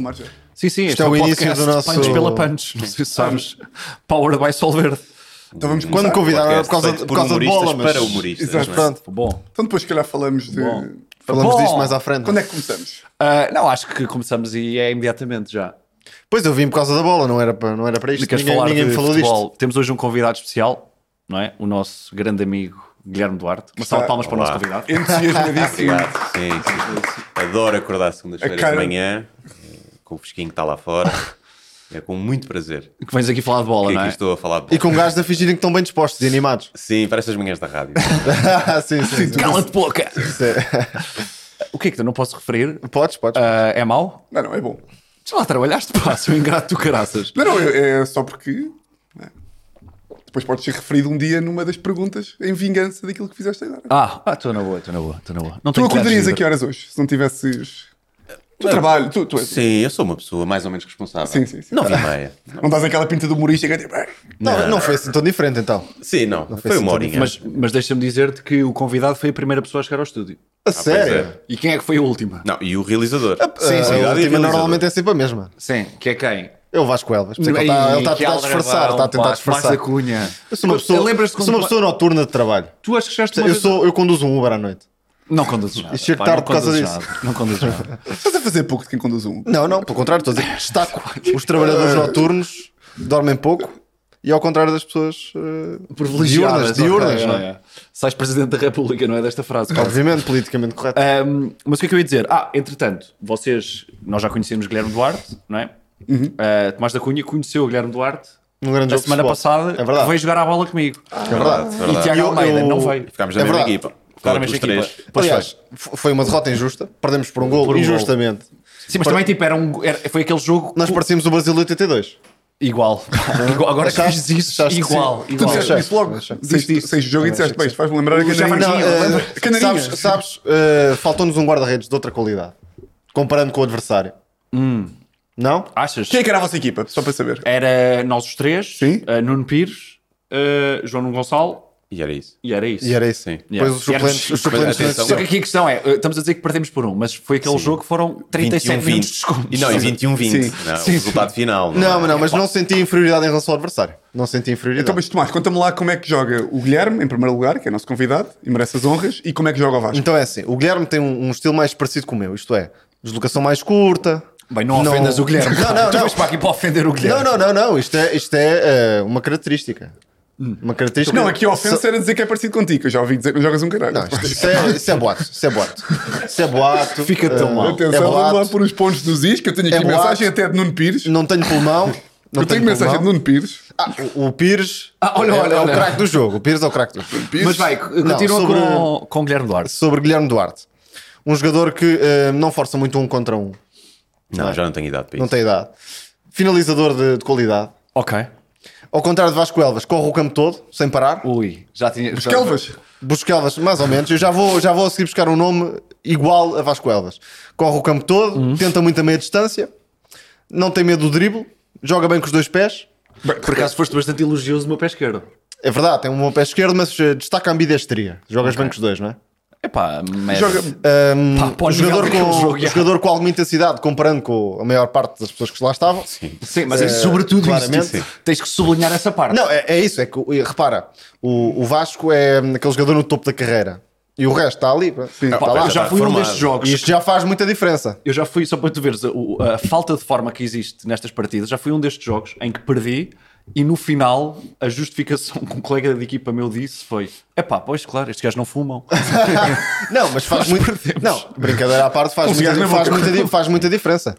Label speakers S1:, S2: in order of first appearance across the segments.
S1: Marcos.
S2: Sim, sim, este
S3: é
S2: é
S3: o
S2: o
S3: início
S2: podcast
S3: do nosso-
S2: Punch pela Punch, não sei se sabes. Powered by Solverde.
S1: Então vamos
S3: Quando
S1: começar.
S3: me convidaram era por
S4: Podcast
S3: causa,
S4: feito
S3: por
S4: por
S3: causa de
S4: humoristas
S3: bola, mas...
S4: para humoristas,
S3: Exato,
S4: não é?
S3: pronto.
S2: Bom.
S1: Então depois, se calhar, falamos de.
S2: Bom.
S3: Falamos
S2: Bom.
S3: disto mais à frente.
S1: Quando é que começamos?
S2: Ah, não, acho que começamos e é imediatamente já.
S3: Pois eu vim por causa da bola, não era para, não era para isto.
S2: Queres
S3: Ninguém,
S2: falar
S3: ninguém
S2: de
S3: me falou
S2: futebol?
S3: disto.
S2: Temos hoje um convidado especial, não é? O nosso grande amigo Guilherme Duarte. Uma salva de palmas para o
S4: Olá.
S2: nosso convidado.
S1: Entusiasmadíssimo.
S4: Obrigado. Sim, sim. Adoro acordar segundas-feiras
S1: A cara-
S4: de manhã, eh, com o fresquinho que está lá fora. É com muito prazer
S2: Que vens aqui falar de bola,
S4: que
S2: não
S4: aqui
S2: é?
S4: estou a falar. de
S3: E com gajos a fingirem que estão bem dispostos e animados.
S4: Sim, parece as manhãs da rádio.
S3: Ah, sim, sim. sim.
S2: Cala-te boca!
S3: Sim.
S2: O que é que eu não posso referir?
S3: Podes, podes.
S2: Ah, é mau?
S1: Não, não, é bom.
S2: Já lá trabalhaste, pá, sou ingrato do caraças.
S1: Não, não, é é só porque. né? Depois podes ser referido um dia numa das perguntas em vingança daquilo que fizeste agora.
S2: Ah, ah, estou na boa, estou na boa, estou na boa. Não
S1: tu
S2: tenho
S1: acordarias
S2: coragem
S1: a
S2: de-
S1: que horas hoje? Se não tivesses. Tu trabalho, tu, tu és.
S4: Sim, eu sou uma pessoa mais ou menos responsável.
S1: Sim, sim, sim.
S4: Não vi meia. Não.
S1: Não estás aquela pinta de humorista que é tipo. "Ah,
S3: não, não, foi assim tão diferente então.
S4: Sim, não.
S3: foi
S4: Foi uma
S3: assim
S4: horinha.
S2: Mas, mas deixa-me dizer-te que o convidado foi a primeira pessoa a chegar ao estúdio.
S3: A
S4: Ah, pois é.
S3: sério? Ah,
S2: E quem é que foi a última?
S4: Não, e o realizador.
S3: Sim, sim, a última normalmente é sempre a mesma.
S2: Sim, que é quem?
S3: Eu Vasco Elvas. Por isso é que Ele está ele está a tentar disfarçar. Está a tentar disfarçar.
S2: Marcos da Cunha.
S3: Eu sou uma pessoa,
S2: é Lembras-te
S3: sou uma
S2: quando-
S3: pessoa noturna de trabalho.
S2: Tu achas que chegaste uma
S3: Eu,
S2: vez-
S3: sou, eu conduzo um Uber à noite.
S2: Não conduzes nada.
S3: chego
S2: pá,
S3: tarde
S2: não
S3: por causa
S2: conduzes
S3: disso.
S2: nada, Não conduzes nada.
S1: Estás a fazer pouco de quem conduz um.
S3: Não, não, pelo contrário, estou a dizer que destaco. Os trabalhadores noturnos dormem pouco e ao contrário das pessoas eh,
S2: Privilegiadas.
S3: diurnas, diurnas
S2: ok,
S3: não
S2: é,
S3: é?
S2: é. Sais presidente da República, não é desta frase. Carlos?
S3: Obviamente, politicamente correto.
S2: Ahm, mas o que é que eu ia dizer? Ah, entretanto, vocês, nós já conhecemos Guilherme Duarte, não é? Ah, Tomás da Cunha conheceu o Guilherme Duarte
S3: Um grande
S2: na
S3: Uhum. jogo de
S2: semana
S3: futebol.
S2: passada,
S3: É verdade.
S2: que veio jogar à bola comigo.
S3: É verdade.
S2: e Tiago
S3: Eu-
S2: Almeida
S3: eu-
S2: não veio.
S4: Ficámos
S3: É
S4: na mesma
S3: verdade.
S4: equipa.
S2: Claro,
S4: Claro,
S2: mas
S4: os
S2: equipa.
S4: três.
S2: Pois
S3: Aliás, f- foi uma derrota injusta. Perdemos por um gol
S2: Por um gol.
S3: injustamente.
S2: Sim, mas também tipo, era um, era- foi aquele jogo
S3: Nós parecíamos o Brasil 82.
S2: igual. Igual, Agora que
S3: Achaste-
S2: dizes isso,
S3: achaste que
S2: igual.
S3: sim? Então
S1: Tu
S2: igual.
S1: disseste
S3: Achei,
S1: isso logo.
S3: achei.
S1: Disseste
S3: Sim, sim.
S1: seis jogos e disseste, bem, isto faz-me lembrar a
S2: Não,
S1: canarinha.
S2: eh,
S1: lembra? Canarinha.
S3: Sabes, sabes, eh, faltou-nos um guarda-redes de outra qualidade. Comparando com o adversário.
S2: Hum.
S3: Não?
S2: Achas?
S1: Quem é que era a vossa equipa? Só para saber.
S2: Era nós os três,
S1: Sim.
S2: ah, Nuno Pires, ah, João Nuno Gonçalo
S4: E era isso.
S2: e era isso.
S3: E era isso.
S4: Sim.
S2: Yeah.
S3: Depois os suplentes,
S2: Éramos-
S3: os suplentes
S4: Mas atenção.
S2: Só que aqui a questão é, ah, estamos a dizer que perdemos por um, mas foi aquele jogo que foram 37 minutos de
S4: 21-20.
S2: desconto.
S4: E não, e 21-20. Não, O resultado final.
S3: Não, mas
S4: é?
S3: não, mas não senti inferioridade em relação ao adversário. Não senti inferioridade.
S1: Então, mas Tomás, conta-me lá como é que joga o Guilherme, em primeiro lugar, que é nosso convidado e merece as honras, e como é que joga o Vasco.
S3: Então é assim, o Guilherme tem um, um estilo mais parecido com o meu, isto é, deslocação mais curta.
S2: Bem, não, ofendas o Guilherme. Então,
S3: Não, não,
S2: tu
S3: não.
S2: vais para aqui para ofender o Guilherme.
S3: Não, não, não, não, isto é, isto é eh, uma característica. Uma característica.
S1: Não, aqui a ofensa
S3: Se-
S1: era dizer que é parecido contigo, que eu já ouvi dizer que não jogas um caralho.
S3: Não, isto, isto é, isto é boato, isto é boato. Isto é boato.
S2: Fica tão
S3: eh,
S2: mal.
S1: Atenção,
S3: é
S1: vamos lá
S3: boato.
S1: por os pontos dos is, que eu tenho aqui
S3: É boato.
S1: mensagem até de Nuno Pires.
S3: Não tenho pulmão. Não
S1: eu tenho mensagem de
S3: pulmão.
S1: Nuno Pires.
S3: Ah, o, o Pires
S2: Ah, olha,
S3: é-
S2: olha,
S3: é,
S2: olha.
S3: o craque do jogo. O Pires é o craque do jogo.
S2: Mas vai,
S3: Não,
S2: continua
S3: sobre-
S2: com, com o Guilherme Duarte.
S3: Sobre Guilherme Duarte. Um jogador que eh, não força muito um contra um.
S4: Não, já não tenho idade para isso.
S3: Não tem idade. Finalizador de, de qualidade.
S2: Ok.
S3: Ao contrário de Vasco Elvas, corre o campo todo, sem parar.
S2: Ui, já tinha... já-
S1: Calvas.
S3: Busco Elvas, mais ou menos. Eu já vou, já vou a seguir buscar um nome igual a Vasco Elvas. Corre o campo todo,
S2: Uhum.
S3: tenta muito a meia distância, não tem medo do drible, joga bem com os dois pés.
S2: Por acaso foste bastante elogioso o meu pé esquerdo.
S3: É verdade, tem um bom pé esquerdo, mas eh, destaca a ambidestria. Jogas bem com os dois, não é?
S2: Epá, mas...
S1: Joga...
S3: Um,
S2: Pá, Ah, pode
S3: jogador,
S2: jogar
S3: com,
S2: aquele jogo, já.
S3: jogador com alguma intensidade, comparando com a maior parte das pessoas que lá estavam.
S2: Sim, mas é,
S3: Eh,
S2: sobretudo
S3: claramente.
S2: isso. tipo, Tens que sublinhar essa parte.
S3: Não, é, é isso, é que o- repara, o, o Vasco é aquele jogador no topo da carreira e o resto está ali. está
S2: Pá,
S3: lá.
S2: eu já
S4: está
S2: fui um
S4: formado.
S2: destes jogos.
S3: E isto já faz muita diferença.
S2: Eu já fui, só para tu veres a, o- a falta de forma que existe nestas partidas, já fui um destes jogos em que perdi e no final a justificação que um colega de equipa meu disse foi: é pá, pois claro, estes gajos não fumam.
S3: Não, mas faz muito. Não, brincadeira à parte, faz,
S1: Os
S3: muita,
S1: gajos não
S3: faz,
S1: vão-
S3: muita, di- faz muita diferença.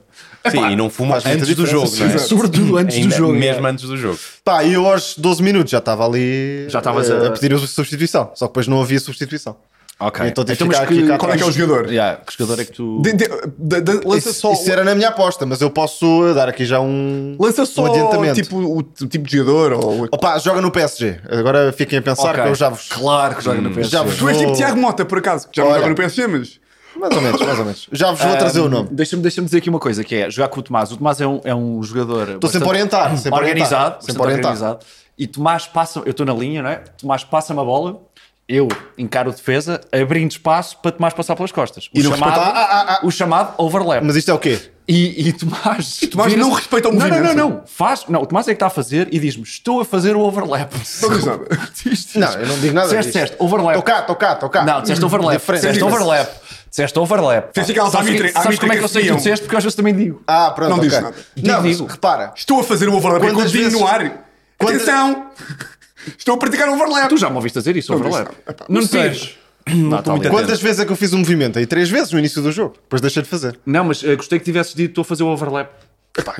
S4: Sim, e não fuma
S3: É faz muita
S4: antes do jogo,
S3: diferença.
S4: não é?
S2: Sobretudo antes do
S4: Ainda-
S2: jogo.
S4: Mesmo antes do jogo. é.
S3: Pá, e eu aos 12 minutos já estava ali
S2: Já estavas
S3: eh,
S2: a-
S3: pedir a substituição, só que depois não havia substituição.
S2: Ok.
S3: Então tive que
S2: mas
S3: ficar aqui cá
S1: Qual é que é o
S3: atrás.
S1: jogador?
S2: Yeah, que jogador é que tu.
S1: De- de- de- de- lança
S3: Isso,
S1: só,
S3: isso era na minha aposta, mas eu posso eh, dar aqui já um,
S1: lança
S3: um
S1: só
S3: adiantamento.
S1: tipo, o, o tipo de jogador. Ou...
S3: Opa, joga no PSG. Agora fiquem a pensar
S2: Ok.
S3: que eu já vos.
S2: Claro que joga no PSG.
S3: Já vos
S1: Tu és tipo
S3: vou-
S1: Tiago Mota, por acaso, que já não
S3: Olha.
S1: joga no PSG, mas.
S3: Mais ou menos, mais ou menos. Já vos vou trazer o nome.
S2: Deixa-me deixa dizer aqui uma coisa: que é jogar com o Tomás. O Tomás é um, é um jogador.
S3: Estou sempre a orientar. Sempre a orientar.
S2: organizado, bastante
S3: Sempre a orientar.
S2: organizado. E Tomás passa, eu estou na linha, não é? Tomás passa-me a bola, eu encaro a defesa, abrindo espaço para Tomás passar pelas costas. O
S3: E não Ah,
S2: chamado,
S3: respeitar?
S2: o chamado overlap.
S3: Mas isto é o quê?
S2: E, e Tomás.
S1: Tomás não respeita o movimento.
S2: Não, não, não. não. Faz, não o Tomás é que está a fazer e diz-me: estou a fazer o overlap.
S1: Não diz nada.
S2: Diz, diz.
S3: Não, eu não digo nada
S2: Disseste,
S3: disto.
S2: disseste, overlap.
S3: Estou cá, estou cá, estou cá.
S2: Não, disseste overlap.
S3: Diferente.
S2: Disseste overlap. Disseste overlap.
S1: Fez aquelas
S2: Sabes que-
S1: árbitras-
S2: Sabes como é que eu sei que tu
S1: árbitras que
S2: disseste? Porque às vezes também digo.
S3: Ah, pronto,
S1: Não
S3: ok.
S1: diz nada.
S3: Não,
S2: Digo,
S3: mas
S2: digo.
S3: repara.
S1: Estou a fazer o overlap. É
S3: Quantas
S1: quando digo
S3: vezes-
S1: no ar.
S3: Quantas-
S1: Atenção! Estou a praticar um overlap.
S2: Ah, Tu já me ouviste dizer isso,
S1: Não diz
S2: overlap.
S1: nada. Epá,
S2: Não
S1: não sei.
S2: tires. Não, está
S4: muito
S2: ali.
S4: atento.
S3: Quantas vezes é que eu fiz um movimento? Aí três vezes no início do jogo. Depois deixei de fazer.
S2: Não, mas eh, gostei que tivesses dito estou a fazer o overlap.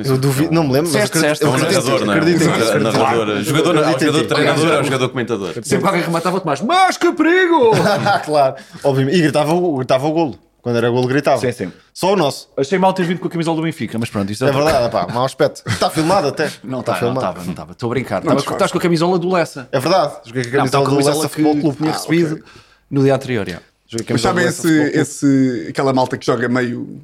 S3: Eu duvido, não me lembro, mas
S2: Certo, certo,
S3: acredito,
S4: É
S3: eu
S4: um
S3: acredito,
S4: narrador, não é?
S3: acredito em ti,
S4: Um
S3: acredito em ti.
S4: narrador. Jogador, não, é um
S3: Acredito em
S4: jogador
S3: ti.
S4: treinador, é um jogador comentador.
S2: Sempre que alguém rematava o Tomás, mas que perigo!
S3: Ah, claro. Obviamente. E gritava, o- gritava o golo. Quando era golo, gritava.
S2: Sim, sim.
S3: Só o nosso.
S2: Achei mal ter vindo com a camisola do Benfica, mas pronto, isto
S3: É
S2: outra
S3: verdade, pá, mau aspecto. Está filmado até.
S2: Não está, não
S3: filmado.
S2: estava, não estava. Estou a brincar.
S1: Não
S2: Tava-
S1: disfarces.
S2: Estás com a camisola do Lessa.
S3: É verdade. Joguei com a
S2: Não, estava
S3: camisola
S2: com a camisola
S3: do Leça
S2: que
S3: Futebol Clube.
S2: tinha
S3: Ah,
S2: recebido
S3: ok.
S2: no dia anterior. já.
S3: Joguei com a
S1: Mas
S3: camisola
S1: sabem
S3: do Leça
S1: esse,
S3: Futebol Clube.
S1: esse, aquela malta que joga meio.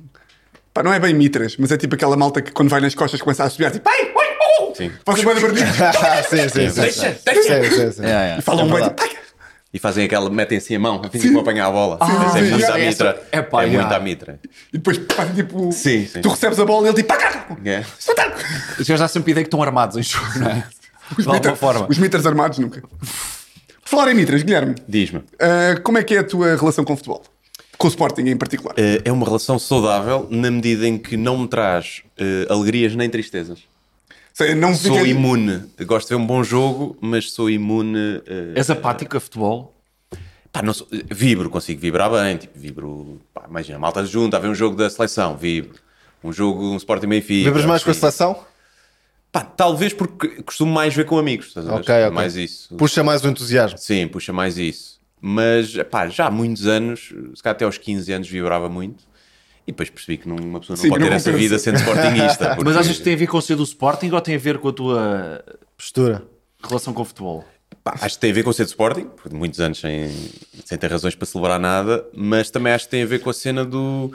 S1: Pá, não é bem mitras, mas é tipo aquela malta que quando vai nas costas começa a subir tipo. Ai, ai, oh!
S4: Sim.
S1: Vocês mandam barulho.
S3: sim, sim, sim.
S1: Deixa,
S3: sim.
S1: deixa.
S3: Sim, sim, sim.
S2: É, é.
S1: E falam
S3: É
S1: bem.
S3: verdade.
S1: tipo,
S4: E fazem aquela, metem-se a mão, fingem apanhar a
S3: Ah,
S4: bola. Isso é
S1: sim.
S4: muito à
S1: Essa-
S4: mitra.
S2: é pá,
S4: É muito
S2: já.
S4: à mitra.
S1: E depois, pá, tipo.
S4: Sim, sim.
S1: Tu recebes a bola e ele tipo. Pá, cá, cá.
S4: É.
S2: Os gajos dá sempre ideia que estão armados em jogo, não é? De alguma
S1: Mitra-
S2: forma.
S1: Os mitras armados nunca. Por falar em mitras, Guilherme,
S4: Diz-me.
S1: ah, como é que é a tua relação com o futebol? Com o Sporting em particular?
S4: Eh, É uma relação saudável na medida em que não me traz eh, alegrias nem tristezas.
S1: Sei, não
S4: Sou
S1: fiquei-
S4: imune. Gosto de ver um bom jogo, mas sou imune. eh,
S2: És apático a futebol?
S4: Pá, não sou- vibro, consigo vibrar bem. Tipo, vibro. Pá, imagina, a malta junta a ver um jogo da seleção, vibro. Um jogo, um Sporting Benfica.
S3: Vibras mais com a
S4: sim.
S3: seleção?
S4: Pá, talvez porque costumo mais ver com amigos. Estás a ver?
S3: Ok, ok.
S4: Mais isso.
S3: Puxa mais o entusiasmo.
S4: Sim, puxa mais isso. Mas, pá, já há muitos anos, se calhar até aos 15 anos vibrava muito. E depois percebi que não- uma pessoa não
S1: Sim,
S4: pode
S1: não
S4: ter essa
S1: compensa.
S4: vida sendo sportinguista.
S2: Mas
S4: porque-
S2: achas que tem a ver com ser do Sporting ou tem a ver com a tua
S3: Postura.
S2: relação com o futebol?
S4: Pá, acho que tem a ver com ser de Sporting, porque muitos anos sem, sem ter razões para celebrar nada, mas também acho que tem a ver com a cena do.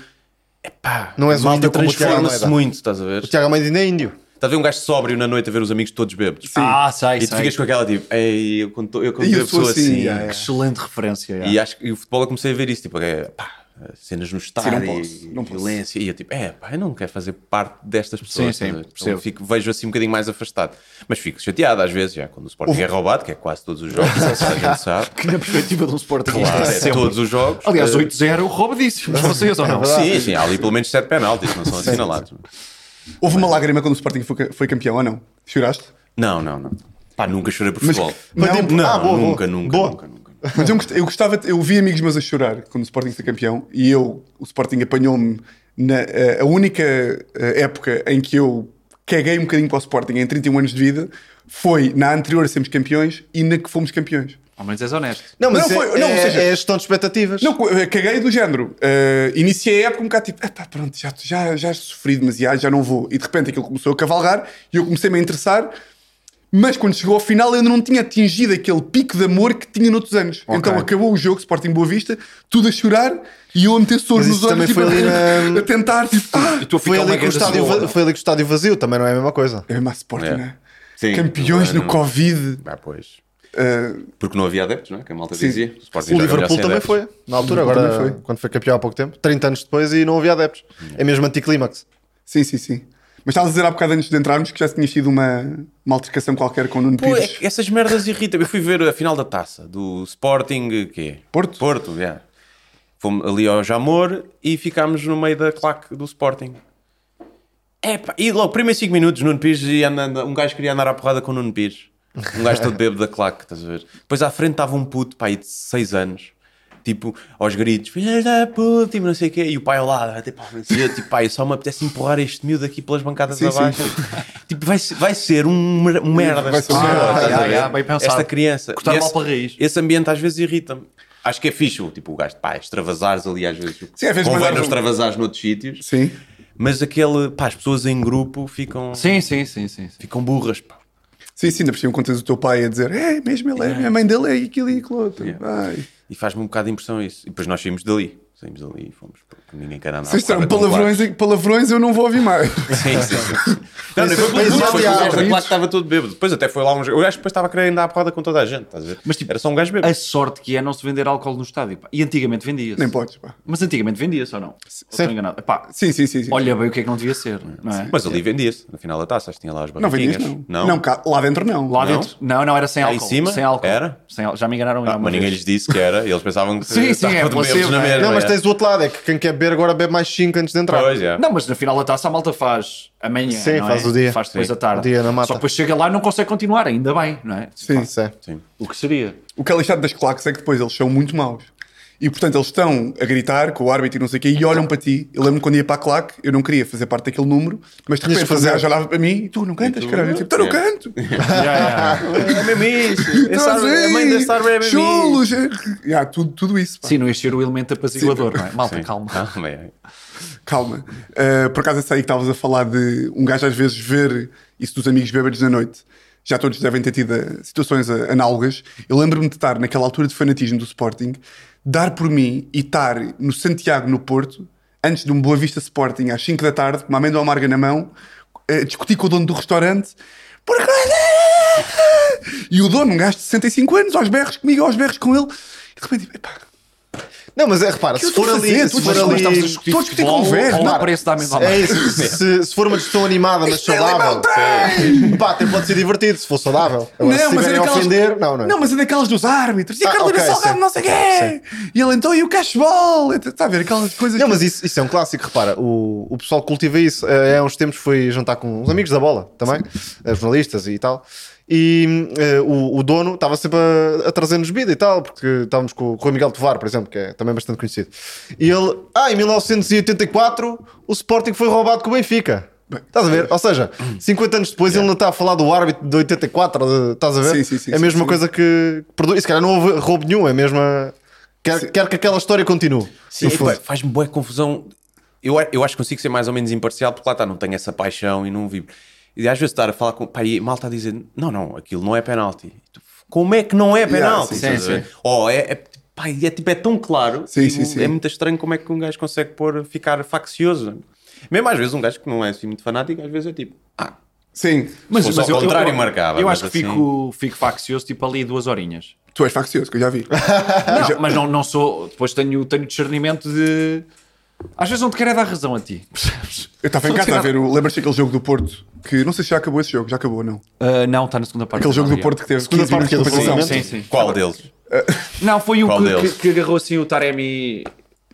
S4: Epá,
S3: Não és
S4: a
S3: um
S4: malta
S3: índio como o Tiago
S4: transforma-se
S3: Almeida.
S4: muito, estás a ver?
S3: O Tiago Almeida ainda é índio.
S4: Estás a ver um gajo sóbrio na noite a ver os amigos todos bêbados?
S2: Ah, sei,
S4: E tu
S2: sei.
S4: ficas com aquela tipo, ei, eu quando, tô- eu quando
S1: E eu
S4: vejo a
S1: sou
S4: pessoa
S1: assim,
S4: assim.
S1: é, é.
S2: Excelente referência. já.
S4: E acho que e o futebol eu comecei a ver isso, tipo, é, pá, cenas no estádio,
S1: posso, não
S4: e
S1: posso.
S4: violência, e eu tipo, é, pá, eu não quero fazer parte destas pessoas.
S2: Sim, sim,
S4: estás a ver?
S2: percebo.
S4: Então fico, vejo assim um bocadinho mais afastado. Mas fico chateado às vezes, já quando o Sporting é roubado, que é quase todos os jogos, a gente sabe.
S2: Que na perspectiva de um Sporting
S4: Claro, é todos os jogos.
S2: Aliás,
S4: Eh,
S2: 8-0 roubadíssimos, vocês ou não?
S4: Sim, sim, há ali pelo menos 7 penaltis, não são assinalados.
S1: Houve uma lágrima quando o Sporting foi, foi campeão ou não? Choraste?
S4: Não, não, não. Pá, nunca chorei por futebol.
S1: mas
S4: não,
S1: tipo,
S4: não,
S3: ah, boa, boa.
S4: nunca, nunca,
S3: Boa.
S4: nunca, nunca.
S1: Mas eu, gost- eu gostava, eu vi amigos meus a chorar quando o Sporting foi campeão e eu, o Sporting apanhou-me na eh, a única eh, época em que eu caguei um bocadinho para o Sporting em 31 anos de vida foi na anterior a sermos campeões e na que fomos campeões.
S2: Ao menos és honesto.
S3: Não, mas
S1: Não,
S3: é-
S1: foi- não, ou
S3: é,
S1: seja-
S3: é a gestão de expectativas.
S1: Não, co- eh, caguei do género. Eh, iniciei a época um bocado tipo, epá, pronto, já, já, já sofri demasiado, já não vou. E de repente aquilo começou a cavalgar e eu comecei-me a interessar. Mas quando chegou ao final eu ainda não tinha atingido aquele pico de amor que tinha noutros anos. Então acabou o jogo, Sporting Boa Vista, tudo a chorar e eu a meter soro
S3: Mas
S1: nos
S3: isso
S1: olhos
S3: também
S1: tipo,
S3: foi ali
S1: a-
S3: na-
S1: a tentar, tipo, ah,
S2: tu a
S3: Foi
S2: ficar uma
S3: ali, que o
S2: grande
S3: estádio
S2: cebola.
S3: va- foi ali que o estádio vazio, também não é a mesma coisa.
S1: é mesmo a Sporting,
S4: É.
S1: não é?
S4: Sim,
S1: Campeões
S4: não é,
S1: no
S4: não-
S1: Covid.
S4: Ah, pois.
S1: eh,
S4: Porque não havia adeptos, não é? Que a malta
S1: Sim.
S4: dizia. Sporting
S3: O
S4: já- já
S3: Liverpool
S4: sem
S3: também
S4: adeptos.
S3: foi, na altura,
S1: O Liverpool
S3: agora
S1: também foi.
S3: quando foi campeão há pouco tempo, 30 anos depois e não havia adeptos. É mesmo anticlímax.
S1: sim, sim, sim. Mas estavas a dizer há bocado antes de entrarmos que já tinha sido uma, uma altercação qualquer com o Nuno
S4: Pô, é
S1: Pires.
S4: que essas merdas irritam. Eu fui ver a final da taça do Sporting, quê?
S1: Porto?
S4: Porto, já. Fomos ali ao Jamor e ficámos no meio da claque do Sporting. Epá, e logo, primeiros 5 minutos, Nuno Pires e andando, um gajo queria andar à porrada com o Nuno Pires. Um gajo todo bebo da claque, estás a ver? Depois à frente estava um puto, pai, de 6 anos. Tipo, aos gritos, filhas da puta, e não sei o quê. E o pai ao lado, tipo, e eu, tipo, pai, só me apetece empurrar este miúdo aqui pelas bancadas
S1: Sim, sim.
S4: abaixo. Tipo, vai, ser- vai ser um, mer- um merda.
S1: Vai
S4: esta
S1: ser um
S4: senhora,
S1: merda.
S4: estás a
S2: Ah, já,
S4: ver?
S2: já, bem pensado.
S4: Esta criança.
S2: Cortar
S4: E
S2: mal
S4: esse-
S2: pela raiz.
S4: Esse ambiente às vezes irrita-me. Acho que é fixe, o- tipo, o gajo, pá, extravasares ali às vezes.
S1: Sim, às vezes
S4: Convém
S1: mandar
S4: não
S1: um-
S4: extravasares noutros sítios.
S1: Sim.
S4: Mas aquele, pá, as pessoas em grupo ficam,
S2: Sim, sim, sim, sim. sim.
S4: ficam burras, pá.
S1: Sim, sim, ainda por cima contas o teu pai a dizer é mesmo ele, é, a mãe dele é aquilo e aquilo outro.
S4: Yeah. E faz-me um bocado de impressão isso. E depois nós saímos dali. Saímos ali e fomos. porque Ninguém quer andar. à
S1: Vocês disseram
S4: porrada com
S1: palavrões, em- palavrões, eu não vou ouvir mais.
S4: o Clark. Sim, sim, sim. Não,
S3: Mas
S4: não, foi pelo mundo, foi
S3: aliás,
S4: pelo gajo da
S1: Ritos-
S4: Clark que estava todo bêbado. Depois até foi lá um. jo- O gajo depois estava a querer andar à porrada com toda a gente, estás a ver?
S2: Mas, tipo,
S4: era só um gajo bêbado.
S2: A sorte que é não se vender álcool no estádio. pá. E antigamente vendia-se.
S1: Nem podes, pá.
S2: Mas antigamente vendia-se ou não? Ou Estou enganado. Epá,
S1: Sim, sim, sim. sim.
S2: olha bem o que é que não devia ser, não é?
S4: Mas ali vendia-se, na final da taça, acho que tinha lá as
S1: não
S4: barraquinhas.
S1: vendias, não. cá- lá dentro não.
S2: Lá
S4: Não?
S2: dentro. Não, não, era sem
S4: Cá em
S2: álcool.
S4: cima?
S2: Sem álcool.
S4: Era?
S2: Sem álcool. Já me enganaram
S4: Ah,
S2: ainda.
S4: mas ninguém lhes disse que era, eles pensavam que
S2: Sim, sim, é
S4: estavam
S2: possível,
S4: bêbados na
S2: não é?
S4: mesma,
S3: Não, mas
S4: é.
S3: tens do outro lado, é que quem quer beber agora bebe mais 5 antes de entrar.
S4: Pois, é.
S2: Não, mas na final da taça a malta faz amanhã.
S3: Sim,
S2: não
S3: faz
S2: é?
S3: o dia.
S2: Faz depois
S4: Sim.
S2: da tarde.
S3: O dia na mata.
S2: Só depois chega lá e não consegue continuar, ainda bem, não é?
S1: Sim.
S3: Isso é.
S4: Sim.
S2: O que seria?
S1: O que é lixado das claques é que depois eles são muito maus. E portanto eles estão a gritar com o árbitro e não sei o quê e olham para ti. Eu lembro quando ia para a claque, eu não queria fazer parte daquele número, mas de
S3: Tinhas
S1: repente
S3: que fazer.
S1: fazer. já olhava para mim e tu não cantas,
S4: E tu,
S1: caralho. Eu, tipo, tu não
S4: yeah.
S1: canto.
S4: É mesmo isso.
S1: Estás
S4: a mãe
S1: aí,
S4: desse árvore é mesmo
S1: Chulos. assim, É, Yeah, tudo, tudo isso. pá.
S2: Sim, não ia ser o elemento apaziguador, não é? Malta,
S4: Sim.
S2: calma.
S4: Calma, é.
S1: Calma. Uh, por acaso, essa aí que estavas a falar de um gajo às vezes ver isso dos amigos bêbados na noite. Já todos devem ter tido uh, situações uh, análogas. Eu lembro-me de estar naquela altura de fanatismo do Sporting, dar por mim e estar no Santiago, no Porto, antes de um Boa Vista Sporting, às 5 da tarde, com uma amêndoa amarga na mão, uh, discutir com o dono do restaurante. Por acaso- E o dono, um gajo de 65 anos, aos berros comigo, aos berros com ele. E de repente, epá,
S3: Não, mas é, repara,
S1: Que
S3: se
S1: eu tô
S3: for
S1: a fazer?
S3: ali.
S1: Tu
S3: Se for
S1: estás-
S3: ali.
S1: estás a discutir Estou a discutir com o
S2: futebol
S1: Verde,
S2: ou
S1: não.
S2: o preço da amêndoa
S3: É
S2: amarga.
S3: isso, se, se for uma discussão animada, mas
S1: Isto é
S3: saudável,
S1: libertador!
S3: sim. pá, até pode ser divertido se for saudável. Agora, se estiverem a ofender, não, não.
S1: é mas é daquelas dos árbitros. E a
S3: Ah,
S1: Carolina
S3: ok,
S1: Salgado,
S3: sim.
S1: não sei o quê. E ele então, e o cashball? Está a ver aquelas coisas.
S3: Não,
S1: que-
S3: mas isso, isso é um clássico, repara. O, o pessoal cultiva isso. Eh, Há uns tempos fui jantar com uns amigos da bola também, eh, jornalistas e tal. E eh, o, o dono estava sempre a, a trazer-nos bebida e tal, porque estávamos com o Rui Miguel Tovar, por exemplo, que é também bastante conhecido. E ele, ah, em 1984 o Sporting foi roubado com o Benfica. Estás a
S1: é.
S3: ver? Ou seja, 50 anos depois ele não está a falar do árbitro de 84, de- estás a ver?
S1: Sim, sim, sim,
S3: é a
S1: sim,
S3: mesma
S1: sim.
S3: coisa que. perdoe- E se calhar não houve roubo nenhum, é a mesma. Quer, quer que aquela história continue.
S4: Sim,
S3: no fundo.
S4: epá, faz-me boa confusão. Eu, a- eu acho que consigo ser mais ou menos imparcial, porque lá está, não tenho essa paixão e não vibro. E às vezes estar a falar com. Pá, e mal está a dizer: não, não, aquilo não é penalti. E tu, Como é que não é penalti?
S1: sim,
S4: Estás
S2: sim,
S4: a ver? Ou é. é pá, e é, tipo, é tão claro.
S1: Sim,
S4: e
S1: sim, sim.
S4: É muito estranho como é que um gajo consegue pôr, ficar faccioso. Mesmo às vezes um gajo que não é assim muito fanático, às vezes é tipo: ah,
S1: Sim,
S4: Se fosse ao contrário, marcava,
S2: Eu
S4: mas
S2: acho que
S4: assim-
S2: fico, fico faccioso tipo ali duas horinhas.
S1: tu és faccioso, que eu já vi.
S2: Não, mas não, não sou. Depois tenho, tenho discernimento de. Às vezes não te quero é dar razão a ti. percebes?
S1: Eu estava em
S2: Não
S1: casa
S2: tem
S1: a ver, o- lembras-te daquele jogo do Porto? Que não sei se já acabou esse jogo, já acabou, não.
S2: nada- Ah, não, está na segunda parte.
S1: Aquele jogo do
S2: Obrigado.
S1: Porto que teve
S3: Segunda
S1: 15 minutos de
S3: parte do
S1: competição.
S2: Sim, sim.
S4: qual deles?
S2: Não, foi o
S4: Qual
S2: que,
S4: deles?
S2: que, que agarrou assim o Taremi.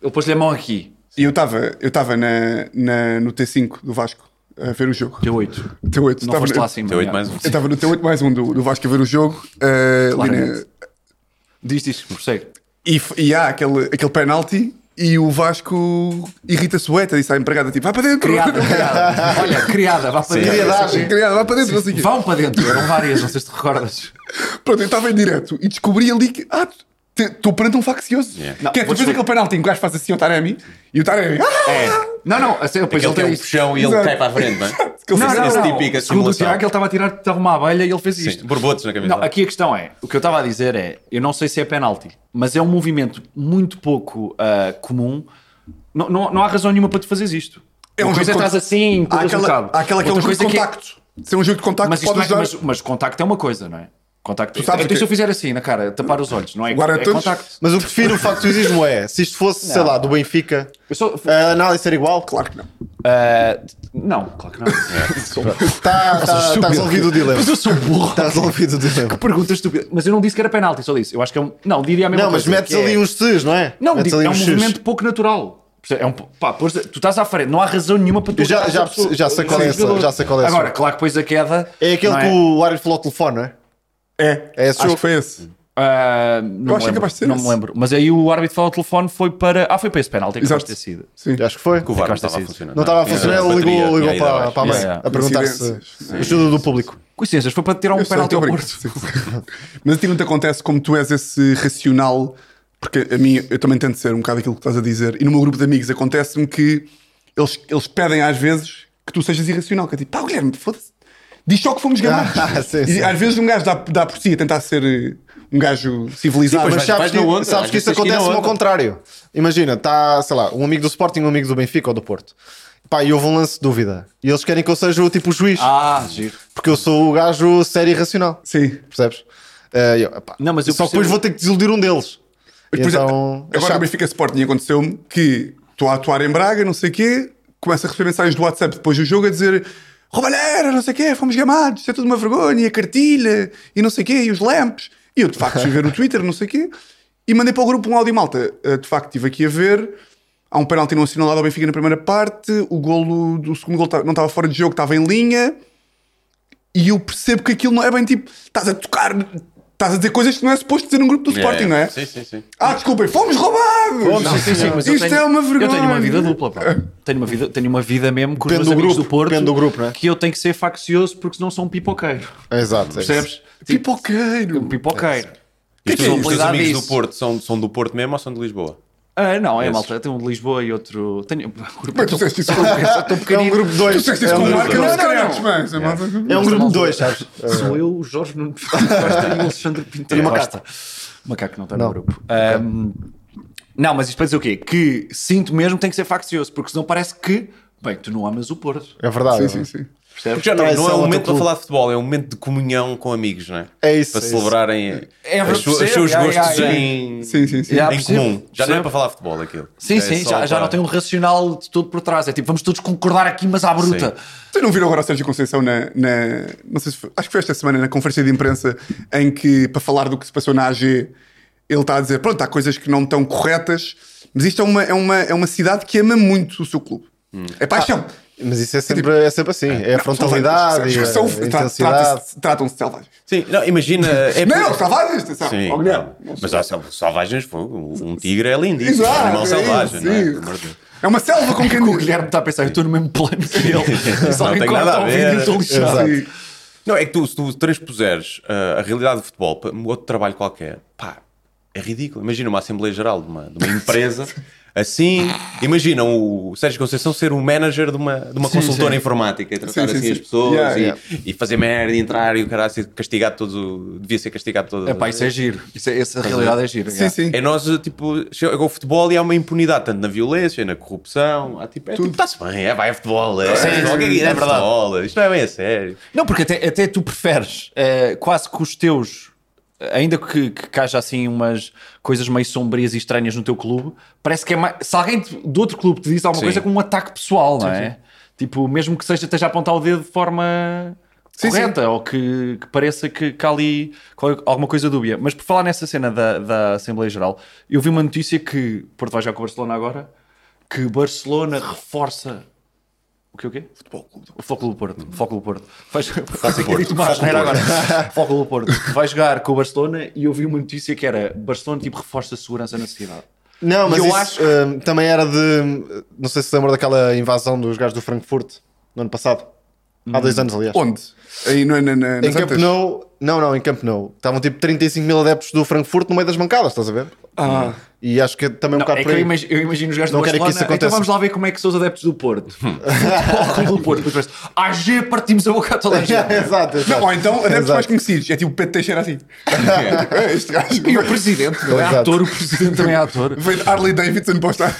S2: Ele pôs-lhe a mão aqui.
S1: E eu estava eu estava na, na- no T5 do Vasco a ver o jogo.
S2: T8.
S1: T8.
S2: Não
S1: Estava
S2: foste lá
S1: no-
S2: acima.
S4: Teu oito
S2: já.
S4: mais um.
S1: Eu estava no T8 mais um do, do Vasco a ver o jogo. eh, ali na-
S2: Claramente. Diz, diz, prossegue.
S1: E, f- e há aquele, aquele penalti e o Vasco irrita-se o ETA e sai a empregada tipo, vai para dentro.
S2: Criada, criada. Olha, criada, vá para dentro.
S1: Criadagem. Criada, vai para dentro. não sei o quê.
S2: Vão para dentro, eram várias, não sei se te recordas.
S1: Pronto, eu estava em direto e descobri ali que ah, te- estou perante um faccioso.
S4: Yeah.
S2: Não,
S1: que é, tu
S2: vou-te
S1: vês aquele penalti em que o gajo faz assim ao Taremi e o Taremi. Ah!
S2: É. Não, não, assim, depois
S4: Ele
S2: ele
S4: tem
S1: é
S4: um
S2: tem isto.
S4: puxão e ele
S1: Exato.
S4: cai para a frente, não é?
S1: Que ele
S2: Não,
S1: fez
S2: não,
S1: assim.
S4: Essa
S2: não.
S4: típica
S2: Segundo o
S4: simulação.
S2: Tiago, ele estava a tirar de uma abelha e ele fez
S4: Sim,
S2: isto.
S4: borbotos na cabeça.
S2: Não, aqui a questão é, o que eu estava a dizer é, eu não sei se é penalti, mas é um movimento muito pouco ah, comum. Não, não, não há razão nenhuma para tu fazeres isto.
S1: É
S2: É
S1: um
S2: uma coisa
S1: jogo
S2: estás
S1: com-
S2: assim,
S1: Há
S2: empurras um
S1: aquela,
S2: bocado.
S1: há aquela que é um
S2: Outra
S1: jogo de
S2: coisa
S1: contacto. Se é um jogo de contacto,
S2: Mas, isto
S1: pode
S2: não é,
S1: ajudar.
S2: mas, mas contacto é uma coisa, não é? Contacto.
S1: sabes o
S2: Até
S1: quê?
S2: se eu fizer assim na cara, tapar os olhos, não é?
S1: Guarda
S2: é
S1: todos.
S2: contacto.
S3: Mas o que define o factorismo é, se isto fosse, sei lá, do Benfica,
S2: Eu sou-
S3: a análise era igual,
S1: Claro que não.
S2: Ah, não, claro que não.
S1: É.
S3: está tá, tá resolvido o dilema.
S2: Mas eu sou burro.
S3: Está resolvido o dilema.
S2: Pergunta estúpida. Mas eu não disse que era penalti, só disse. Eu acho que é um. Não, diria a mesma
S3: Não, mas
S2: coisa.
S3: metes
S2: que é-
S3: ali uns Cs, não é?
S2: Não,
S3: metes
S2: digo,
S3: ali
S2: é um
S3: uns Cs.
S2: movimento pouco natural. É um, po- pá, pôs- tu estás à frente, não há razão nenhuma para tu.
S3: Eu já-
S2: atacares
S3: já
S2: a pessoa.
S3: perce- já sei qual é
S2: Sim,
S3: essa,
S2: jogador.
S3: já sei qual é essa.
S2: Agora, claro que depois a queda.
S3: É aquele
S2: não
S3: que o árbitro falou ao telefone, não é?
S1: É.
S3: É esse
S1: Acho
S3: jogo.
S1: que foi esse.
S2: Ah, não
S1: Eu
S2: me
S1: acho que é
S2: lembro,
S1: capaz de ser
S2: Não
S1: esse.
S2: me lembro. Mas aí o árbitro falou ao telefone, foi para. Ah, foi para esse penalti, é capaz
S1: Exato.
S2: de ter sido.
S1: Sim.
S3: Acho que foi.
S4: Que É, o VAR não
S2: Ficaste
S4: estava a
S2: assim.
S4: funcionar.
S3: Não estava a funcionar, ele ligou, ligou para, para a mãe
S2: Yeah, yeah.
S3: a perguntar se
S1: Coincidências.
S3: ajuda do público.
S2: Coincidências, foi para tirar um
S1: Eu sei,
S2: penalti
S1: estou
S2: ao
S1: a brincar.
S2: Porto.
S1: Sim, sim. Mas a ti não te acontece como tu és esse racional, porque a mim eu também tento ser um bocado aquilo que estás a dizer, e no meu grupo de amigos acontece-me que eles, eles pedem às vezes que tu sejas irracional, que é tipo, pá, Guilherme, foda-se, diz só que fomos ganados.
S3: Ah, sim,
S1: e
S3: sim.
S1: às vezes um gajo dá, dá por si a tentar ser eh, um gajo civilizado.
S4: Sim,
S3: Mas
S4: Mas
S3: sabes,
S4: vais
S3: que,
S4: na onda,
S3: sabes
S4: às
S3: que isso
S4: vezes tens que ir na
S3: acontece ao
S4: onda.
S3: contrário. Imagina, está, sei lá, um amigo do Sporting, um amigo do Benfica ou do Porto. Pá, e houve um lance de dúvida. E eles querem que eu seja o tipo o juiz,
S2: Ah, giro.
S3: porque eu sou o gajo sério e racional.
S1: Sim.
S3: Percebes? Eh, e eu, epá,
S2: Não, mas eu
S3: só que
S2: percebo-
S3: depois vou ter que desiludir um deles.
S1: Mas,
S3: E
S1: por exemplo,
S3: então, é
S1: agora
S3: chato.
S1: no Benfica Sporting aconteceu-me que estou a atuar em Braga, não sei o quê, começo a receber mensagens do WhatsApp depois do jogo a dizer roubalheira, não sei o quê, fomos gamados, isto é tudo uma vergonha, e a cartilha, e não sei o quê, e os lamps. E eu de facto fui ver no Twitter, não sei o quê, e mandei para o grupo um áudio malta. Eh, De facto estive aqui a ver, há um penalti não assinalado ao Benfica na primeira parte, o golo do segundo golo ta- não estava fora de jogo, estava em linha, e eu percebo que aquilo não é bem tipo, estás a tocar... Estás a dizer coisas que não é suposto dizer num grupo do Sporting, não é?
S4: Sim, sim, sim.
S1: Ah, desculpem, fomos roubados!
S2: Não, sim, sim, mas eu
S1: Isto
S2: tenho-
S1: é uma vergonha.
S2: Eu tenho uma vida dupla, pá. Tenho uma vida, tenho uma vida mesmo com os meus
S3: Depende do
S2: amigos
S3: grupo,
S2: do Porto.
S3: depende do grupo, não é?
S2: Que eu tenho que ser faccioso porque senão sou um pipoqueiro.
S3: Exato. é isso.
S2: Percebes? Tipo,
S1: Pipoqueiro.
S2: um pipoqueiro.
S4: E os
S2: Que
S4: teus-
S2: é
S4: os teus
S2: isso?
S4: amigos do
S2: Isso.
S4: Porto são, são do Porto mesmo ou são de Lisboa?
S2: Ah, não, é
S4: Esses.
S2: malta. Tem um de Lisboa e outro. Tenho.
S1: Mas tu disseste isso com um
S3: É um grupo de dois.
S1: Tu disseste
S3: É
S1: isso
S3: um
S1: com
S3: grupo de
S1: marca
S3: dois.
S1: nos
S2: não, não,
S1: creados,
S2: não.
S1: mas. a malta-
S3: É um
S2: Esta
S3: grupo de
S2: malta-
S3: dois, sabes?
S2: É. Sou eu, o Jorge Nuno Costa e o Alexandre Pinteiro
S3: E o
S2: Costa. O macaco não está
S3: Não.
S2: no grupo. Ahm, não, mas isto para dizer o quê? Que sinto mesmo que tem que ser faccioso, porque senão parece que, bem, tu não amas o Porto.
S3: É verdade.
S1: Sim,
S3: não é?
S1: sim, sim.
S2: Percebes?
S4: Porque já não, é-
S3: Traição
S4: não é
S3: ao
S4: um
S3: teu
S4: momento para
S3: clube.
S4: falar de futebol, é um momento de comunhão com amigos, não é?
S3: É isso,
S4: Para
S3: é isso.
S4: celebrarem
S2: É,
S4: as su- os
S2: percebo,
S4: seus
S2: é, é,
S4: gostos
S2: é.
S4: em,
S1: Sim, sim, sim.
S2: Yeah. Ah,
S4: em
S2: percebo,
S4: comum. Já não é
S2: percebo.
S4: para falar de futebol aquilo.
S2: Sim,
S4: É
S2: sim,
S4: só
S2: já, já
S4: para-
S2: não tem um racional de tudo por trás. É tipo, vamos todos concordar aqui, mas à bruta.
S1: Vocês não viram agora o Sérgio Conceição na, na- Não sei se foi, acho que foi esta semana na conferência de imprensa em que, para falar do que se passou na AG, ele está a dizer: pronto, há coisas que não estão corretas, mas isto é uma, é uma, é uma cidade que ama muito o seu clube. É paixão.
S3: Mas isso é sempre, é sempre assim. É a frontalidade, e a-
S1: São-
S3: a
S1: tra-
S3: intensidade.
S1: trata-se- Tratam-se de selvagens.
S4: Sim, um- não, imagina. É
S1: Não, selvagens, atenção.
S4: Sim,
S1: Oh, não.
S4: não. mas há sel- selvagens, fogo, um tigre é lindíssimo, é um
S1: Exato,
S4: animal
S1: é
S4: selvagem,
S1: isso,
S4: não é?
S1: isso.
S4: Pelo amor de Deus.
S1: É uma selva com quem
S2: O Guilherme está a pensar, eu estou no mesmo plano que ele. Se
S4: Não
S2: alguém
S4: tem
S2: corta
S4: nada a
S2: o
S4: ver.
S2: vídeo, eu
S1: um
S2: estou lixado.
S1: Sim.
S4: Não, é que tu, se tu transpuseres ah, a realidade do futebol para um outro trabalho qualquer, pá, é ridículo. Imagina uma Assembleia Geral de uma, de uma empresa, assim, imagina o Sérgio Conceição ser o manager de uma, de uma consultora informática e tratar
S1: Sim, sim,
S4: assim
S1: sim.
S4: as pessoas
S1: Yeah,
S4: e,
S1: yeah.
S4: e fazer merda e entrar e o cara ser castigado todos, o- devia ser castigado todos.
S2: É pá, isso é giro. Isso é- essa realidade é giro.
S1: Sim, sim.
S4: É nós, tipo, chega ao futebol e há uma impunidade, tanto na violência, na corrupção, há tipo, é, tipo, está-se bem, é, vai, é futebol, é, é, futebol, o que é, que é, é futebol, isto não é bem a sério.
S2: Não, porque até, até tu preferes eh, quase que os teus, ainda que, que, que haja assim umas coisas meio sombrias e estranhas no teu clube, parece que é mais. Se alguém de, de outro clube te diz alguma
S4: Sim.
S2: coisa, é como um ataque pessoal, não é? Tipo, mesmo que seja, esteja a apontar o dedo de forma
S1: Sim,
S2: correta ou que, que pareça que, que há ali qual- é, alguma coisa dúbia. Mas por falar nessa cena da, da Assembleia Geral, eu vi uma notícia que Porto vai jogar com o Barcelona agora, que Barcelona reforça. O que o quê? Futebol Clube do Porto. Futebol Clube do Porto. Futebol Clube do Porto. Vai jogar...
S4: Porto.
S2: Dito uma asneira agora. Futebol Clube do Porto. Vai jogar com o Barcelona e eu vi uma notícia que era Barcelona tipo reforça a segurança na cidade.
S3: Não, mas
S2: Eu
S3: isso,
S2: acho-
S3: hum, também era de. Não sei se lembra daquela invasão dos gajos do Frankfurt no ano passado. Há dois anos, aliás.
S1: Onde? Aí não é na, na,
S3: Em
S1: nas
S3: Camp
S1: Antas?
S3: Nou. Não, não, em Camp Nou. Estavam tipo 35 mil adeptos do Frankfurt no meio das bancadas, estás a ver?
S1: Ah,
S3: E acho que é também um
S2: Não,
S3: bocado
S2: é que
S3: por
S2: eu
S3: aí.
S2: imagino, eu imagino os gajos
S3: Não
S2: do
S3: quero que
S2: Barcelona.
S3: isso aconteça. Hum.
S2: Então vamos lá ver como é que são os adeptos do Porto. Futebol Clube do Porto. Depois parece, AG, partimos a boca a toda a gente.
S3: É, Exato,
S1: Não,
S3: exato.
S1: ou então adeptos
S3: Exato.
S1: mais conhecidos. É tipo o Pedro Teixeira assim. É, este gajo.
S2: E o presidente, meu, é
S3: Exato.
S2: ator, o presidente também é ator.
S1: Vem de Harley Davidson para o estádio.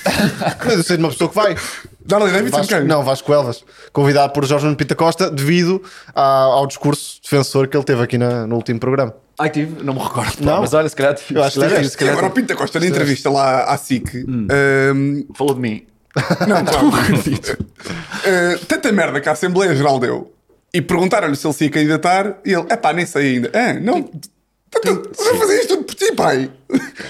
S3: Mas eu sei de uma pessoa que vai.
S1: De Harley Davidson,
S3: Vasco,
S1: quem?
S3: não, Vasco Elvas. Convidado por Jorge Nuno Pita Costa devido à- ao discurso defensor que ele teve aqui na- no último programa.
S2: Ai, tive, não me recordo. pá,
S3: Não?
S2: Mas olha, se calhar tive.
S3: Eu acho que
S2: Se calhar
S3: tiveste.
S2: tive, se
S1: E
S2: calhar
S1: agora o
S2: tive.
S1: Pinta Costa, na entrevista lá à SIC,
S3: Hum.
S1: ahm,
S2: Falou de mim.
S1: Não, claro. Uh, tanta merda que a Assembleia Geral deu e perguntaram-lhe se ele se ia candidatar e ele, é pá, nem sei ainda. Ah, não. Tanta- Estás a fazer isto tudo por ti, pai.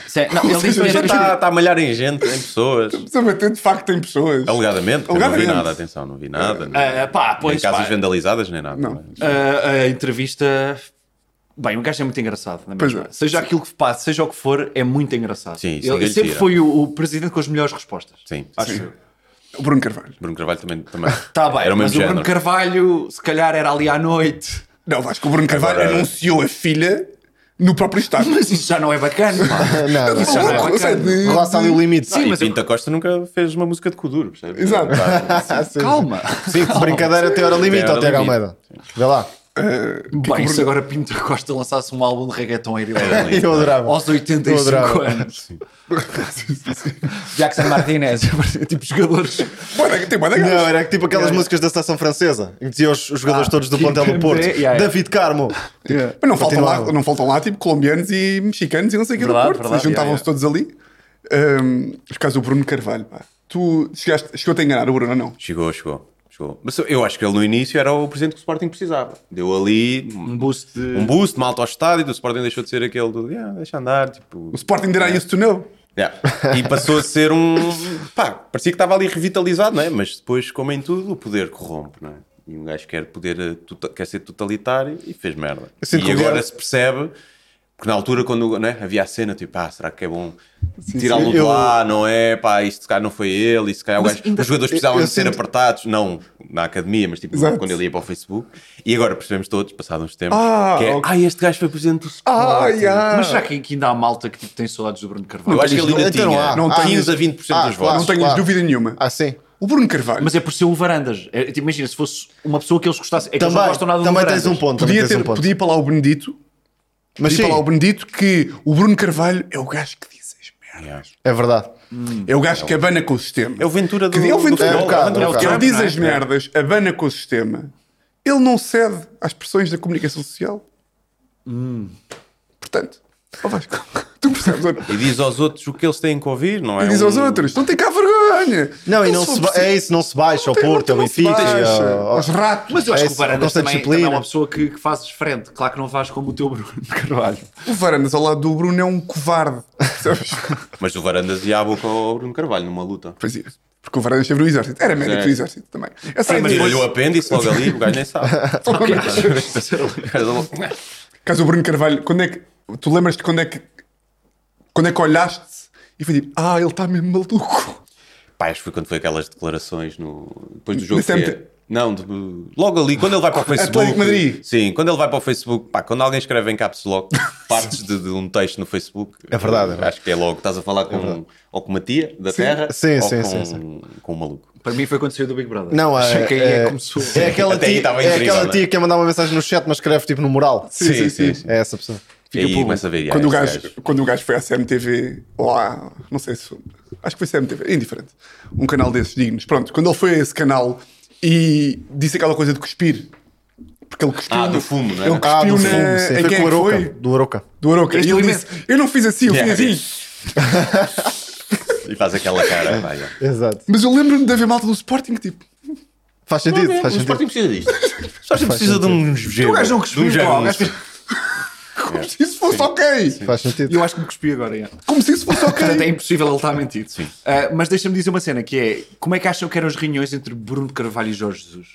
S2: Se- é- Não, ele disse tipo,
S1: Mas
S4: Já
S1: eu-
S3: Tá.
S4: está está Tá, a malhar em gente, em pessoas.
S1: Estamos a bater de facto em pessoas.
S4: Alegadamente, porque eu não vi
S1: Alegadamente.
S4: nada, atenção, não vi nada. não-
S2: Ah, pá,
S4: nem
S2: pois,
S4: casas
S2: pá.
S4: vandalizadas, nem nada.
S1: Não.
S4: Mas-
S2: a, a entrevista. Bem, o gajo é muito engraçado, na
S1: Pois
S2: mesma.
S1: é.
S2: Seja aquilo que passe, seja o que for, é muito engraçado.
S4: Sim, isso
S2: ele
S4: ninguém
S2: sempre
S4: tira.
S2: foi o, o presidente com as melhores respostas.
S4: Sim,
S2: acho
S4: sim.
S2: eu.
S1: O Bruno Carvalho.
S4: Bruno Carvalho também. também.
S2: Tá bem,
S4: Era o
S2: mas
S4: mesmo
S2: o Bruno
S4: género.
S2: Carvalho, se calhar, era ali à noite.
S1: Não, Vasco, o Bruno Carvalho
S4: Agora-
S1: anunciou a filha no próprio Estado.
S2: Mas isso já não é bacana, pá.
S3: Não, não.
S1: Isso é louco, isso é de-
S3: Roça ali o limite.
S2: Sim,
S4: E
S2: mas eu-
S4: Pinta Costa nunca fez uma música de Kuduro, percebes?
S1: Exato.
S4: Pá,
S3: Ah, sim.
S2: Calma.
S3: Sim, que brincadeira tem hora limite,
S4: Tem hora
S3: ó Tiago
S4: limite.
S3: Almeida. Vê lá.
S1: Eh,
S2: Bem, se agora Pinto da Costa lançasse um álbum de reggaeton a ir
S3: Eu adorava.
S2: aos
S3: Eu adorava.
S2: 85 anos. Jackson Martinez, tipo jogadores.
S1: Bué da- Tem bué da
S3: Não,
S1: gajo.
S3: era tipo aquelas
S2: Yeah.
S3: músicas da seleção francesa, em que dizia os, os jogadores
S2: Ah,
S3: todos do
S2: tipo,
S3: plantel do Porto.
S2: é, yeah, yeah.
S3: David Carmo.
S1: Mas não faltam, lá,
S3: Continuava.
S1: não faltam lá tipo colombianos e mexicanos e não sei o que do
S2: Verdade,
S1: Porto.
S2: verdade,
S1: E Juntavam-se
S2: yeah,
S1: todos ali. Um, por causa do Bruno Carvalho, pá. Tu chegaste, chegou-te a enganar o Bruno, não?
S4: Chegou, chegou. Chegou. Mas eu acho que ele no início era o presente que o Sporting precisava. Deu ali
S2: Um
S4: um,
S2: boost de.
S4: um boost, malta ao estádio, o Sporting deixou de ser aquele do "Yeah, deixa andar, tipo...
S1: O Sporting
S2: É.
S1: did I used to know.
S4: Yeah. E passou a ser um. Pá, parecia que estava ali revitalizado, não é? Mas depois, como em tudo, o poder corrompe, não é? E um gajo quer, poder, eh, tuta- quer ser totalitário e fez merda.
S3: Eu sinto
S4: E
S3: que o
S4: agora
S3: Guilherme-
S4: se percebe, porque na altura, quando não é? havia a cena, tipo, ah, será que é bom tirá-lo
S3: sim,
S4: de
S3: eu-
S4: lá, não é? Pá, isto se calhar não foi ele, isto se calhar o
S3: Mas
S4: gajo-
S3: ainda-
S4: os jogadores
S3: eu-
S4: precisavam
S3: eu
S4: de ser
S3: sinto-
S4: apartados, não na academia, mas tipo,
S1: Exato.
S4: quando ele ia para o Facebook. E agora percebemos todos, passados uns tempos,
S1: Ah,
S4: que é,
S1: ok.
S4: ah, este gajo foi presidente do
S1: Ah,
S4: Sporting.
S1: yeah.
S2: Mas será que que ainda há malta que tipo, tem saudades do Bruno Carvalho?
S4: Eu acho que ele ainda
S3: Então não
S4: tinha
S3: há.
S1: Não tenho-
S4: 15 a 20%
S3: Ah,
S4: dos
S3: claro.
S1: não
S4: votos.
S1: tenho
S3: claro.
S1: dúvida nenhuma.
S3: Ah, sim.
S1: O Bruno Carvalho
S2: Mas é por ser o Varandas. É, tipo, imagina, se fosse uma pessoa que eles gostassem. É que eles não
S3: Também,
S2: gostam nada do
S3: também
S2: Varandas.
S3: tens um ponto. também
S1: podia,
S3: tens
S1: ter,
S3: um ponto.
S1: podia ir para lá o Benedito. podia
S3: Mas
S1: ir
S3: sim,
S1: para lá o Benedito que o Bruno Carvalho é o gajo que diz as merdas.
S3: é verdade.
S1: É o gajo que abana com o sistema.
S4: É o Ventura do,
S1: Que é o Ventura.
S4: do
S3: É um
S4: futebol.
S3: bocado,
S4: Ventura
S3: é um
S4: do
S1: Porque
S3: bocado.
S1: ele
S4: campo,
S1: diz
S4: não é?
S1: as merdas, abana com o sistema, ele não cede às pressões da comunicação social.
S3: Hum.
S1: Portanto, ó Vasco, tu percebes? olha,
S4: E diz aos outros o que eles têm que ouvir, não é?
S1: E diz aos
S4: Um-
S1: outros, não tem cá vergonha.
S3: Não, e não
S1: sou
S3: se ba-
S1: preciso-
S3: é isso, não se baixa ao
S1: tem-
S3: Porto, ao
S1: não se
S3: Benfica. é,
S1: baixa,
S3: ao- ao-
S1: Aos ratos.
S2: Mas eu acho
S3: É
S2: que o
S3: esse-
S2: Varandas também,
S3: conceito de
S2: também é
S3: disciplina.
S2: uma pessoa que, que fazes frente. Claro que não fazes como o teu Bruno Carvalho.
S1: o Varandas ao lado do Bruno é um covarde. Percebes?
S4: Mas o Varandas e a boca ao Bruno Carvalho numa luta.
S1: Pois é, Porque o Varandas teve no exército. Era médico
S4: Pois é.
S1: do exército também. Essa é a
S4: Mas
S1: ideia.
S4: olha o apêndice logo ali, o gajo nem sabe. O gajo logo-
S1: Caso o Bruno Carvalho, quando é que. Tu lembras-te quando é que. Quando é que olhaste e foi tipo, ah, ele está mesmo maluco.
S4: Pá, acho que foi quando foi aquelas declarações no... depois do jogo.
S1: Nesse
S4: que
S1: MT.
S4: é- Não, de- logo ali, quando ele vai para o Facebook.
S1: Atlético de Madrid.
S4: Sim, quando ele vai para o Facebook, pá, quando alguém escreve em caps lock partes de, de um texto no Facebook.
S3: É verdade, é verdade.
S4: Acho que é logo, estás a falar com, ou com uma tia da terra,
S3: Sim,
S4: ou
S3: sim,
S4: com,
S3: sim,
S4: com um maluco.
S2: Para mim foi quando saiu do Big Brother.
S3: Não, é-
S2: Achei que aí é,
S3: é-
S2: que começou.
S3: É aquela
S4: Até aí
S3: tia,
S4: estava
S3: é
S4: incrível,
S3: aquela
S4: né?
S3: tia que quer mandar uma mensagem no chat, mas escreve tipo no moral.
S1: Sim, sim, sim.
S3: É essa pessoa.
S4: E aí
S2: público.
S4: começa a ver. já,
S1: quando, o
S4: este
S1: gajo, quando o gajo foi à CMTV, ou à, não sei se. Acho que foi CMTV, indiferente. Um canal desses dignos. Pronto, quando ele foi a esse canal e disse aquela coisa de cuspir. Porque ele cuspiu.
S4: Ah,
S1: no-
S4: do fumo, não é?
S1: Ele cuspiu
S3: Ah, do
S1: na.
S3: fumo, sim.
S1: em
S3: Foi
S1: quem
S3: com
S1: é
S3: o
S1: que
S3: Aroca.
S1: foi?
S3: Do Aroca.
S1: Do Aroca.
S2: Este
S1: E ele
S2: elemento.
S1: disse: Eu não fiz assim, eu
S4: Yeah.
S1: fiz assim.
S4: E faz aquela cara. vai, já.
S3: Exato.
S1: Mas eu lembro-me de haver malta do Sporting, tipo.
S3: Faz sentido, faz sentido.
S4: precisa disto. O Sporting precisa de um gelo.
S2: O gajo não cuspiu, pá, o gajo fez-
S1: Como se isso fosse ok!
S3: Faz sentido.
S2: E eu acho que me cuspi agora. é.
S1: Como se isso fosse ok!
S2: Portanto, é impossível ele estar a mentir. Ah, mas deixa-me dizer uma cena que é: como é que acham que eram as reuniões entre Bruno Carvalho e Jorge Jesus?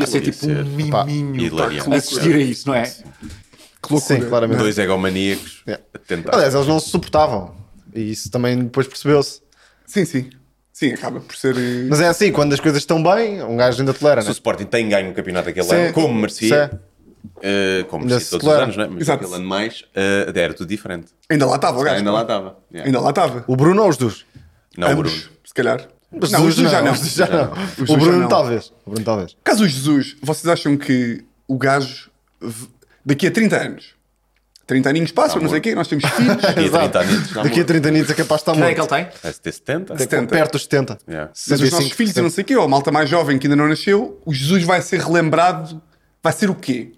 S2: Ia ser tipo um
S3: Pá,
S2: miminho
S4: hilariante.
S2: pá, assistir a isso, não é?
S1: Que loucura.
S3: Sim, claramente.
S4: Dois egomaníacos
S3: Yeah.
S4: a tentar.
S3: Aliás, eles não se suportavam. E isso também depois percebeu-se.
S1: Sim, sim. Sim, acaba por ser. eh,
S3: Mas é assim, quando as coisas estão bem, um gajo ainda tolera,
S4: Se o
S3: né?
S4: Sporting tem ganho o campeonato daquele
S3: Sim.
S4: ano, como merecia,
S3: Sim.
S4: eh, como
S3: Ainda
S4: merecia
S3: se
S4: todos os
S3: declara.
S4: anos, não é? mas
S1: Exato.
S4: aquele ano mais, eh, era tudo diferente.
S1: Ainda lá estava o gajo. é?
S4: Ainda lá estava. Yeah.
S1: Ainda lá estava.
S3: O Bruno ou os dois?
S4: Não, o
S1: Ambos,
S4: Bruno.
S1: se calhar.
S3: Os
S1: não, os
S3: dois
S1: dois já não.
S3: os dois já
S1: Os
S3: não. O
S1: dois já
S3: Bruno
S1: não.
S3: talvez. O Bruno talvez.
S1: Caso o Jesus, vocês acham que o gajo, v- daqui a 30 anos, 30 aninhos
S4: Tá
S1: passam, não sei o quê, nós temos filhos,
S4: Daqui a 30 anos. já
S3: Daqui a
S4: morre.
S3: 30 anos é capaz de estar
S2: Que idade é que ele
S3: morto.
S2: tem?
S4: Parece ter 70.
S1: 70.
S3: Perto dos 70.
S4: Yeah.
S1: mas os nossos
S3: 75%.
S1: filhos e não sei o quê, ou a malta mais jovem que ainda não nasceu, o Jesus vai ser relembrado, vai ser o quê?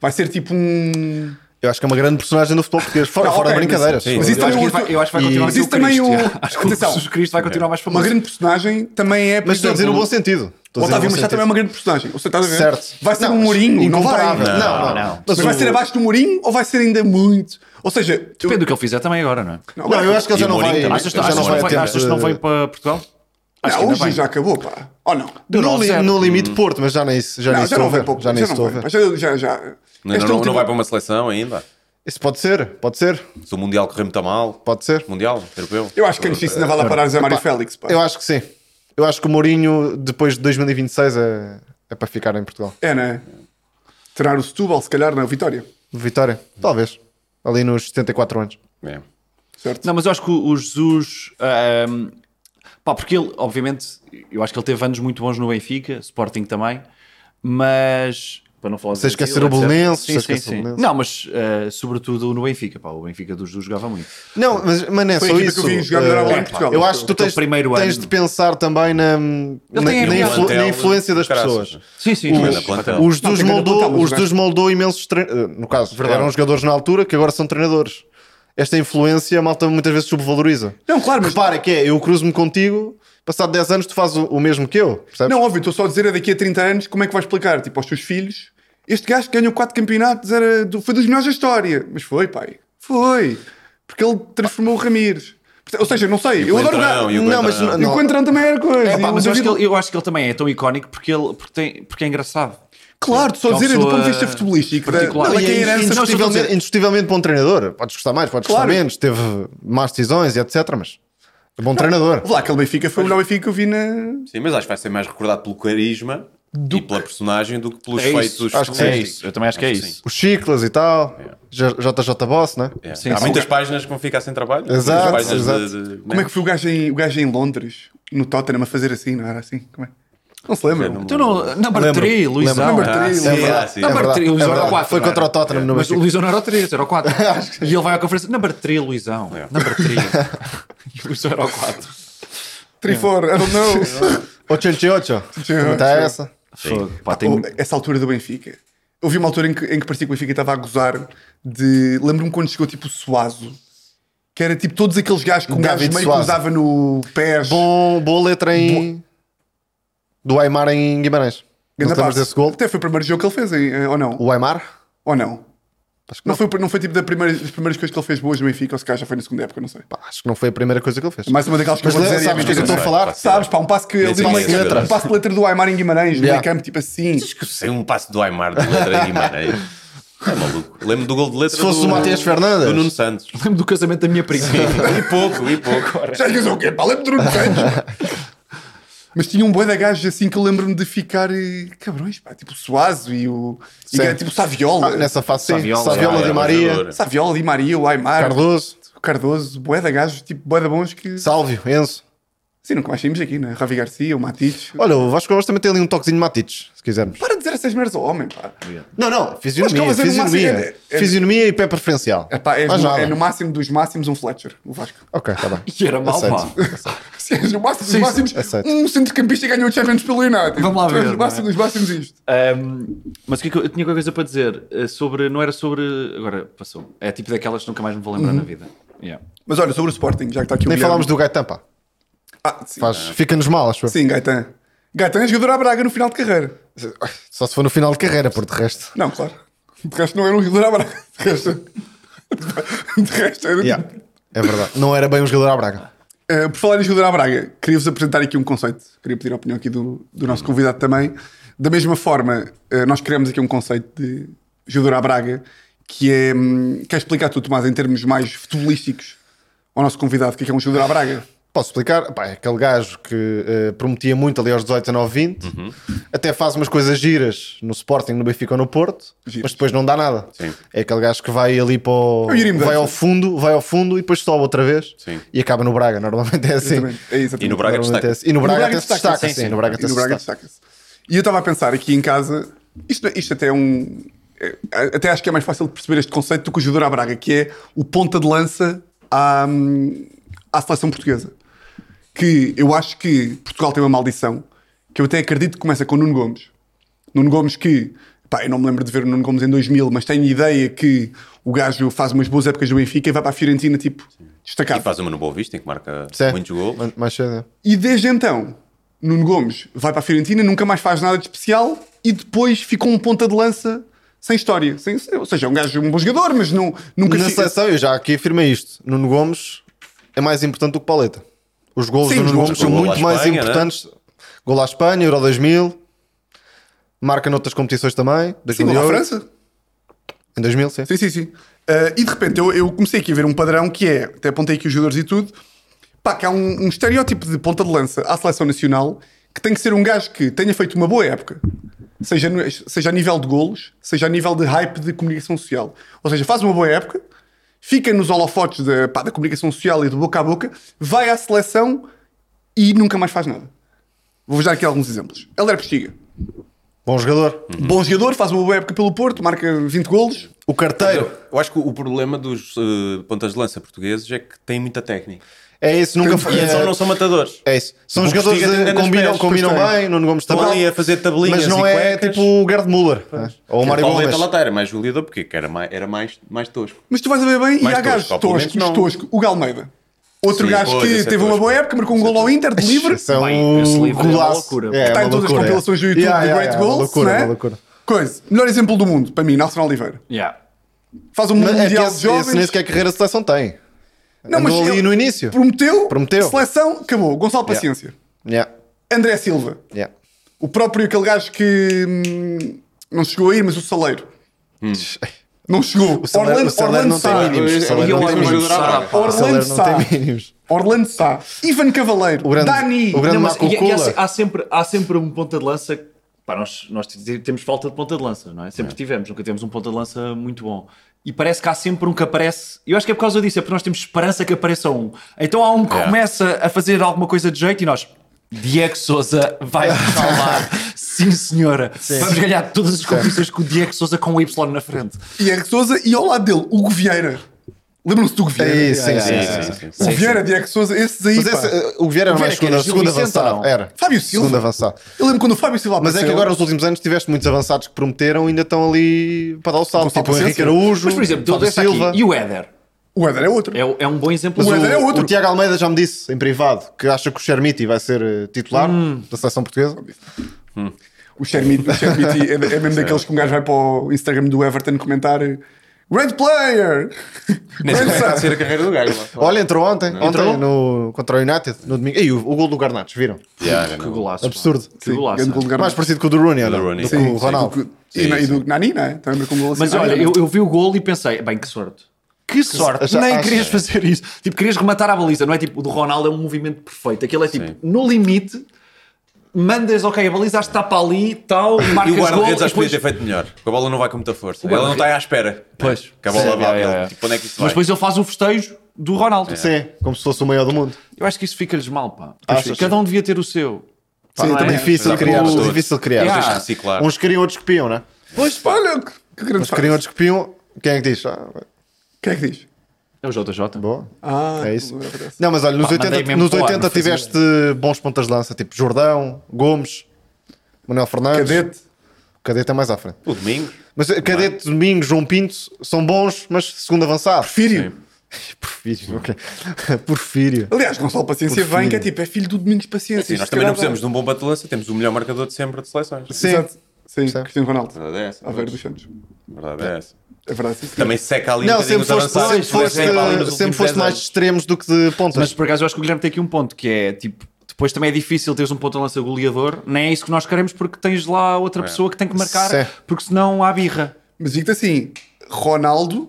S1: Vai ser tipo um...
S3: Eu acho que é uma grande personagem do futebol português. Fora,
S1: Não,
S3: fora
S1: ok,
S3: de brincadeiras.
S1: mas-
S3: Fora
S1: mas
S3: de
S1: isso
S2: Eu acho, que
S1: também
S2: ele vai, eu acho que vai
S1: E-
S2: continuar
S1: mas
S2: a ser
S1: isso também
S2: Cristo.
S1: o-
S2: já. Acho que o
S1: Atenção.
S2: Jesus Cristo vai continuar mais famoso.
S1: Uma grande personagem também é... por
S3: Mas estou a dizer no
S1: exemplo,
S3: bom sentido.
S1: O
S3: Estou a dizer no
S1: Otávio
S3: bom
S1: Machado também é uma
S3: sentido.
S1: grande personagem. Ou seja, estás a ver?
S3: Certo.
S1: Vai ser
S3: Não,
S1: um Mourinho, não vai?
S3: incomparável. Não, não.
S1: Mas
S3: Mas
S1: vai
S3: o-
S1: ser abaixo do Mourinho ou vai ser ainda muito? Ou seja, eu-
S2: Depende do que ele fizer também agora, não é?
S1: Não,
S3: Não,
S1: agora-
S3: eu acho que ele
S4: E
S3: já não
S4: Mourinho
S3: vai. Já
S4: também.
S2: Achas,
S4: Acho que
S3: não
S2: achas,
S3: vai
S2: não,
S3: ter eh,
S2: vai, achas que não vem
S3: tempo.
S2: para Portugal? Acho que
S1: não,
S2: ainda
S1: hoje
S2: bem.
S1: já acabou, pá. Ou não?
S3: de- No,
S2: Não,
S3: li-
S2: zero.
S3: no limite Porto, mas já nem isso. Já nem
S1: Não,
S3: isso
S1: já
S3: estou
S1: não
S3: a
S1: vai para
S3: ver.
S1: o
S3: Já
S1: já
S3: nem isso
S1: não
S3: estou a
S1: vai. pá,
S3: ver.
S1: Já, já, já.
S4: Não,
S1: Esta
S4: não, não
S1: última-
S4: vai para uma seleção ainda.
S3: Isso pode ser, pode ser,
S4: Se o Mundial correr muito mal.
S3: pode ser.
S4: Mundial, europeu.
S1: Eu acho que antes disso ainda vai lá parar Zé Mário Félix, pá.
S3: Eu acho que sim. Eu acho que o Mourinho, depois de 2026, é, é para ficar em Portugal.
S1: É, né? Treinar o Setúbal, se calhar, não é? O Vitória.
S3: Vitória, talvez. Ali nos 74 anos.
S4: É.
S1: Certo?
S2: Não, mas eu acho que o o Jesus. ahm, pá, porque ele, obviamente, eu acho que ele teve anos muito bons no Benfica, Sporting também, mas Para não falar do
S3: Sem
S2: Brasil,
S3: esquecer o
S2: etc.
S3: Belenenses,
S2: Sim,
S3: sem
S2: sim,
S3: esquecer o
S2: sim.
S3: Belenenses.
S2: Não, mas eh, sobretudo no Benfica. Pá, o Benfica dos dois jogava muito.
S3: Não, mas, mas não é
S1: Foi a
S3: só
S1: equipa que
S3: isso.
S1: eu vi jogar
S3: Eh,
S1: melhor a bola em
S3: é,
S1: Portugal.
S3: eu acho que tu
S1: Aquele
S3: tens,
S2: Então, primeiro
S3: tens
S2: ano.
S3: de pensar também na, na,
S2: tem
S3: na
S2: a
S3: influ-
S4: plantel,
S3: na influência das
S4: caraças. Então.
S3: pessoas.
S2: Sim, sim.
S4: Tremenda
S2: mas-
S4: plantel.
S3: Os
S1: Não,
S3: dos
S1: tem grande
S3: moldou,
S1: plantel,
S3: os
S1: os gajos.
S3: dos moldou imensos treinadores. No caso, eram jogadores na altura que agora são treinadores. Esta influência a malta muitas vezes subvaloriza.
S1: Não, claro, mas.
S3: Repara que é, eu cruzo-me contigo, passado 10 anos tu fazes o, o mesmo que eu, percebes?
S1: Não, óbvio, estou só a dizer é daqui a 30 anos como é que vais explicar, tipo, aos teus filhos. Este gajo que ganhou 4 campeonatos era do- foi dos melhores da história. Mas foi, pai. Foi. Porque ele transformou o Ramires. Porta- Ou seja, não sei. Eu adoro o
S4: Coentrão,
S1: gajo.
S4: e o
S3: Não, mas
S4: Coentrão.
S3: não-
S1: E o Coentrão também era coisa.
S2: É, pá,
S1: E o
S2: mas eu acho, que
S1: David-
S2: ele, eu acho que ele também é tão icónico porque, ele, porque, tem, porque é engraçado.
S1: Claro, só
S2: é uma
S1: dizer do
S2: pessoa
S1: ponto de vista futebolístico. da-
S2: particular.
S1: Não, é
S3: E
S1: que
S3: é
S1: a herança-
S2: nós-
S3: indiscutivelmente,
S2: dizer-
S3: indiscutivelmente bom treinador. Podes gostar mais, podes
S1: Claro.
S3: gostar menos, teve más decisões e etc. Mas é bom treinador.
S1: Vá lá, aquele Benfica foi o melhor Benfica que eu vi na.
S4: Sim, mas acho que vai ser mais recordado pelo carisma e pela personagem do que pelos
S2: É isso,
S4: feitos.
S3: acho que sim.
S4: futbolísticos.
S2: Eu também acho que é
S4: sim.
S2: isso.
S3: Os Chiclas e tal, J- JJ Boss, né?
S4: É.
S2: Sim,
S4: Há
S2: sim.
S4: muitas páginas que vão ficar sem trabalho.
S3: Exato,
S4: Muitas páginas
S3: exato.
S4: de- né? de-
S1: Como é que foi o gajo em, o gajo em Londres, no Tottenham, a fazer assim? Não era assim? Como é? Não se lembra?
S2: Então, não, number
S3: Lembro.
S2: 3,
S3: Lembro.
S2: Luizão.
S1: Number
S2: Ah,
S1: three,
S2: sim.
S1: Luizão.
S4: verdade, sim.
S2: Não,
S4: É
S2: mas
S3: verdade,
S2: tri- o
S3: é
S2: Luizão era
S3: verdade.
S2: quatro,
S3: Foi
S2: não era?
S3: contra o Tottenham no
S2: Mas tipo- o
S3: Benfica.
S2: Luizão não era o 3, era o 4. e ele vai à conferência, number 3, Luizão. é. Number 3. e o Luizão era o 4.
S1: Three, four, I don't know.
S3: 88. Não está essa?
S2: Fogo. Pá, tem...
S1: Ah, Ou, essa altura do Benfica. Houve uma altura em que, em que parecia que o Benfica estava a gozar de. Lembro-me quando chegou tipo o Suazo, que era tipo todos aqueles gajos que um gajo
S3: David
S1: meio
S3: Suazo.
S1: que usava no pés.
S3: Bom, boa letra em. Do Aymar em Guimarães. Não
S1: Ganda
S3: te lembras
S1: passe.
S3: desse gol?
S1: Até foi o primeiro jogo que ele fez, em- em- ou não?
S3: O Aymar?
S1: Ou não?
S3: Acho que
S1: Não
S3: não.
S1: foi, não foi tipo da primeira, das primeiras coisas que ele fez boas no Benfica, ou se calhar já foi na segunda época, não sei.
S3: Pá, acho que não foi a primeira coisa que ele fez.
S1: Mais uma daquelas que
S3: Mas
S1: eu vou
S3: le-
S1: dizer. e
S3: sabes o que é que eu estou a
S1: mentira.
S3: falar?
S1: Sabes, pá, um passo que ele
S4: Esse
S1: deu
S4: passo
S1: meio-
S4: de letra.
S1: um passo de letra do Aymar em Guimarães, no
S3: é Yeah.
S1: meio campo, tipo assim.
S4: Sem um passo do Aymar de letra de Guimarães. É maluco. Lembro do gol de letra
S3: Se fosse
S4: do,
S3: o Matias Fernandes.
S4: do Nuno Santos.
S2: Lembro do casamento da minha prima.
S4: E pouco, e pouco.
S1: Já lhe o quê? Pá, lembro de um Mas tinha um boi da gajo assim que eu lembro-me de ficar eh, cabrões, pá, tipo o Suazo e o. E
S3: Sim.
S1: era tipo o Saviola.
S3: Ah, nessa fase, sim.
S2: Saviola,
S3: Saviola,
S4: Ah, é
S3: de
S4: um
S3: Maria,
S4: jogador.
S1: Saviola, Di Maria, o Aymar,
S3: Cardoso,
S1: o Cardoso, boi da gajo, tipo boi da bons que.
S3: Sálvio, Enzo.
S1: Sim, nunca mais saímos aqui, né? Ravi Garcia, o Matites.
S3: Olha, o Vasco Alves também tem ali um toquezinho de Matites, se quisermos.
S1: Para de dizer essas merdas ao homem, pá.
S3: Não, não,
S1: Vasco
S3: fisionomia,
S1: Alves é no máximo-
S3: fisionomia.
S1: é- é-
S3: Fisionomia e pé preferencial.
S1: É, pá, és
S3: Mais
S1: no,
S3: nada.
S1: é no máximo dos máximos um Fletcher, o Vasco.
S3: Ok, tá bem.
S2: E era mal,
S3: Aceito.
S2: pá.
S1: Se és no máximo dos
S2: Sim,
S1: máximos,
S3: aceito.
S1: um centrocampista ganhou o Champions pelo United.
S2: Vamos lá
S1: Tu és
S2: ver,
S1: No
S2: não é?
S1: máximo dos máximos isto.
S2: Um, mas o que é que eu, eu tinha qualquer coisa para dizer eh, sobre. Não era sobre. Agora passou. É tipo daquelas que nunca mais me vou lembrar na vida. Yeah.
S1: Mas olha, sobre o Sporting, já que está aqui o
S3: Nem
S1: Guilherme.
S3: falámos do Gaetan, pá.
S1: Ah, sim.
S3: Faz- Fica-nos mal, acho eu.
S1: Sim, Gaetan. Gaetan é jogador à Braga no final de carreira.
S3: Só se for no final de carreira, por de resto.
S1: Não, claro. De resto não era um jogador à Braga. De resto, de resto era...
S3: Yeah, É verdade. Não era bem um jogador à Braga.
S1: Eh, por falar em jogador à Braga, queria-vos apresentar aqui um conceito. Queria pedir a opinião aqui do, do nosso convidado também. Da mesma forma, eh, nós criamos aqui um conceito de jogador à Braga que é... hum, Quer explicar tu, Tomás, em termos mais futebolísticos ao nosso convidado o que é, que é um jogador à Braga?
S3: Posso explicar? Pá, é aquele gajo que eh, prometia muito ali aos 18, 19, 20,
S1: Uhum.
S3: até faz umas coisas giras no Sporting, no Benfica ou no Porto,
S1: Giras.
S3: mas depois não dá nada.
S4: Sim.
S3: É aquele gajo que vai ali para o...
S1: Eu iria mudar
S3: vai ao
S1: isso.
S3: fundo, vai ao fundo e depois sobe outra vez
S4: Sim.
S3: e acaba no Braga. Normalmente é assim.
S1: Exatamente. É isso,
S4: E no
S1: exatamente.
S4: Braga
S3: Normalmente
S4: destaca.
S3: é assim. E no Braga, até se
S1: destaca-se,
S3: destaca,
S1: sim,
S3: sim,
S1: sim.
S3: no Braga
S1: E
S3: até
S1: no
S3: se
S1: Braga
S3: destaca.
S1: destaca-se. E eu estava a pensar aqui em casa, isto, isto até é um. é, Até acho que é mais fácil de perceber este conceito do que o jogador à Braga, que é o ponta de lança à, hum, à seleção portuguesa. Que eu acho que Portugal tem uma maldição, que eu até acredito que começa com o Nuno Gomes. Nuno Gomes que, pá, eu não me lembro de ver o Nuno Gomes em 2000, mas tenho ideia que o gajo faz umas boas épocas do Benfica e vai para a Fiorentina, tipo,
S4: E
S1: destacado.
S4: faz uma no Boa Vista em que marca
S3: Sim.
S4: muitos gols.
S3: Mais- Mais cedo, é.
S1: E desde então, Nuno Gomes vai para a Fiorentina, nunca mais faz nada de especial e depois ficou um ponta de lança sem história. Sem, ou seja, é um gajo, um bom jogador, mas não, nunca
S3: Na
S1: fica-
S3: seleção, eu já aqui afirmei isto: Nuno Gomes é mais importante do que Paleta. Os gols
S1: Sim,
S3: do
S1: os
S3: Nuno
S1: gols.
S3: Gomes são
S4: O gol
S3: muito
S4: à
S3: mais
S4: Espanha, né?
S3: importantes. Gol à Espanha, Euro 2000, marca noutras competições também.
S1: Sim, lá
S3: 2008,
S1: à França.
S3: Em 2000, sim.
S1: Sim, sim, sim. Ah, e de repente eu, eu comecei aqui a ver um padrão que é, até apontei aqui os jogadores e tudo, pá, que há um, um estereótipo de ponta de lança à seleção nacional que tem que ser um gajo que tenha feito uma boa época, seja, no- seja a nível de golos, seja a nível de hype de comunicação social. Ou seja, faz uma boa época, fica nos holofotes da, pá, da comunicação social e do boca a boca, vai à seleção e nunca mais faz nada. Vou-vos dar aqui alguns exemplos. Helder Postiga.
S3: Bom jogador.
S4: Hum.
S1: Bom jogador, faz uma boa época pelo Porto, marca 20 golos.
S3: O carteiro.
S4: Eu, eu acho que o problema dos eh, pontas de lança portugueses é que têm muita técnica.
S3: É isso, nunca foi.
S4: E então não são matadores.
S3: É isso. São
S4: O
S3: jogadores
S4: Postiga tem
S3: que
S4: grandes
S3: combinam,
S4: pés,
S3: combinam
S4: pois tem.
S3: bem, Nuno Gomes
S4: Estão ali
S3: também.
S4: a fazer tabelinhas
S3: Mas não
S4: e
S3: é
S4: cuecas.
S3: tipo o Gerd Müller. né? Ou o Mário
S4: Paulo
S3: Gomes.
S4: Leite Latar é mais goleador porque que era mais, era mais, mais tosco.
S1: Mas tu vais a ver bem,
S4: Mais
S1: e há gajos
S4: tosco, obviamente
S1: toscos,
S4: não.
S1: tosco. O Galmeida. Outro
S4: Sim,
S1: gajo
S4: pois,
S1: que
S4: esse é
S1: teve uma
S4: tosco.
S1: boa época, marcou um
S4: Esse é
S1: gol ao
S4: tosco.
S1: Inter de livre.
S3: Isso é
S2: Bem, esse
S3: um
S2: livro é uma
S3: golaço.
S2: loucura.
S3: É,
S1: Está
S3: uma
S1: em todas as
S3: loucura, é.
S1: compilações do YouTube
S3: Yeah,
S1: de
S3: yeah,
S1: Great
S3: yeah,
S1: Goals.
S3: Uma loucura,
S1: não é?
S3: uma loucura.
S1: Coisa. Melhor exemplo do mundo, para mim, Nelson Oliveira.
S2: Yeah.
S1: Faz um
S3: Mas é que
S1: Mundial de
S3: esse, esse nem
S1: Jovens.
S3: sequer carreira de seleção tem.
S1: Não,
S3: Andou ali
S1: ele
S3: no início.
S1: Prometeu,
S3: Prometeu.
S1: Seleção, acabou. Gonçalo Paciência.
S3: Yeah,
S1: André Silva.
S3: yeah.
S1: O próprio aquele gajo que hum, não chegou a ir, mas o Saleiro. Não chegou.
S3: Hum. O Saler,
S1: Orlando,
S3: o Saler
S1: Orlando
S3: não tem
S4: Ah,
S1: Sá.
S3: mínimos. O
S4: Eu-
S3: Saler
S4: eu-
S3: não
S4: eu-
S3: tem
S4: eu-
S3: mínimos.
S2: Ah,
S4: eu-
S3: O Saler
S1: Orlando
S3: não
S1: Sá.
S3: tem mínimos.
S1: Orlando Sá. Ivan Cavaleiro.
S3: O grande,
S1: Dani.
S3: o grande
S2: Não, mas
S3: Marco
S2: e- e há, se-
S3: Kula.
S2: há sempre, há sempre um ponta de lança. Pá, nós, nós t- temos falta de ponta de lança, não é? Sempre tivemos, nunca tivemos um ponta de lança muito bom. E parece que há sempre um que aparece. Eu acho que é por causa disso, é porque nós temos esperança que apareça um. Então há um que
S4: Yeah.
S2: começa a fazer alguma coisa de jeito e nós. Diego Souza vai nos salvar. Sim, senhora. Vamos ganhar todas as competições com o Diego Souza com o Y na frente.
S1: E Eric Souza. E ao lado dele, Hugo Vieira. Lembram-se do Hugo Vieira?
S3: É isso, é isso, é
S4: Sim,
S3: isso.
S4: sim, sim.
S1: O Vieira, Diego Souza, esses aí.
S3: Mas
S1: pá.
S3: esse, eh, o Vieira era
S2: O Vieira
S3: mais
S2: que era Gil
S3: segunda, segunda
S2: Vicente ou
S3: avançado.
S2: não?
S3: Era.
S1: Fábio Silva.
S3: Segundo avançado.
S1: Eu lembro quando o Fábio Silva
S3: Mas é que
S1: apareceu,
S3: agora nos últimos anos tiveste muitos avançados que prometeram e ainda estão ali para dar o salto.
S1: Gonçalo
S3: Tipo o Henrique
S1: Paciência.
S3: Araújo,
S2: Mas, por exemplo, deu
S3: Fábio
S2: desta aqui.
S3: Silva.
S2: E o Éder?
S1: O Éder é outro.
S2: É, o- é um bom exemplo.
S1: O
S2: do-
S1: Éder é outro.
S3: O Tiago Almeida já me disse em privado que acha que o Xermiti vai ser eh, titular da seleção portuguesa.
S1: O Shermit o Shermiti é, é mesmo daqueles que um gajo vai para o Instagram do Everton comentar Red Player!
S4: Nem sei como é que está a
S1: Red
S4: ser a carreira do gajo. lá.
S3: Olha, entrou ontem,
S2: Entrou?
S3: ontem no, contra o United, no domingo. E o, o gol do Garnacho, viram?
S4: Yeah,
S2: Que
S4: não.
S2: golaço. pá.
S3: Absurdo.
S2: Que golaço.
S1: Grande gol de Garnacho.
S3: Mais parecido com o do Rooney,
S4: Do
S3: olha,
S4: Rooney.
S3: do que
S4: Sim,
S3: o
S4: sim,
S3: Ronaldo.
S1: do que- e, na- e do Nani, não é? Também marcou um gol assim.
S2: Mas
S1: Ah,
S2: olha,
S1: não.
S2: eu, eu vi o gol e pensei, bem, que sorte. Que sorte,
S3: acha-
S2: nem
S3: acha-
S2: querias fazer isso. Tipo, querias rematar a baliza, não é? Tipo, o do Ronaldo é um movimento perfeito. Aquele é tipo,
S4: Sim.
S2: no limite, mandas, ok, a baliza acho que está para ali, tal,
S4: E
S2: marcas
S4: o
S2: gol.
S4: guarda-redes acho que
S2: depois-
S4: podia ter feito melhor. Porque a bola não vai com muita força.
S2: guarda-
S4: Ela não está aí à espera. né?
S2: Pois.
S4: Que a bola
S2: Sim,
S4: vai.
S2: é,
S4: ele,
S2: é.
S4: Tipo, onde é que isso
S2: Mas
S4: vai?
S2: depois ele faz o festejo do Ronaldo.
S3: Sim, como se fosse o maior do mundo.
S2: Eu acho que isso fica-lhes mal, pá.
S3: Achas?
S2: Acho que Cada um devia ter o seu. Pá,
S3: Sim,
S2: não é?
S3: também difícil
S4: Mas há
S3: criar.
S4: poucos todos.
S3: Difícil criar.
S2: Yeah.
S4: Deixa de reciclar.
S3: Uns queriam, outros copiam, né?
S1: Pois pá, olha, que que grande
S3: Uns
S1: fase.
S3: queriam, outros copiam. Quem é que diz? Ah,
S1: Quem é que diz?
S2: É o JJ.
S3: boa.
S1: Ah,
S3: É isso.
S1: parece.
S3: Não, mas olha, nos
S2: Pá, mandei
S3: 80,
S2: mesmo
S3: nos
S2: para o ar,
S3: 80
S2: não fazia
S3: tiveste bons pontas de lança, tipo Jordão, Gomes, Manuel Fernandes.
S1: Cadete.
S3: O Cadete é mais à frente.
S4: O domingo.
S3: Mas eh, Cadete, Domingos, João Pinto são bons, mas segundo avançado.
S1: Porfírio.
S3: Porfírio, ok. Porfírio.
S1: Aliás, Gonçalo Paciência vem, que é tipo, é filho do Domingos Paciência.
S4: Sim, assim, nós também não precisamos de um bom batelança, temos o melhor marcador de sempre de um- seleções.
S1: Sim, Exato. sim.
S3: Sim.
S1: Cristiano Ronaldo.
S4: Verdade é essa.
S1: A ver dos Santos.
S4: Verdade é essa.
S1: É verdade, sim. senhor.
S4: Também seca ali um
S3: Não,
S4: bocadinho
S3: sempre
S4: os
S3: foste,
S4: avançados,
S3: sempre
S4: mas
S3: foste,
S4: é pá, ali nos
S3: sempre
S4: últimos
S3: foste
S4: 10
S3: mais de
S4: anos.
S3: extremos do que de pontas.
S2: Mas por acaso eu acho que o Guilherme tem aqui um ponto que é tipo. Depois também é difícil teres um ponto de lança goleador, nem é isso que nós queremos, porque tens lá outra pessoa que tem que marcar,
S3: Sim.
S2: porque senão há birra.
S1: Mas digo-te assim, Ronaldo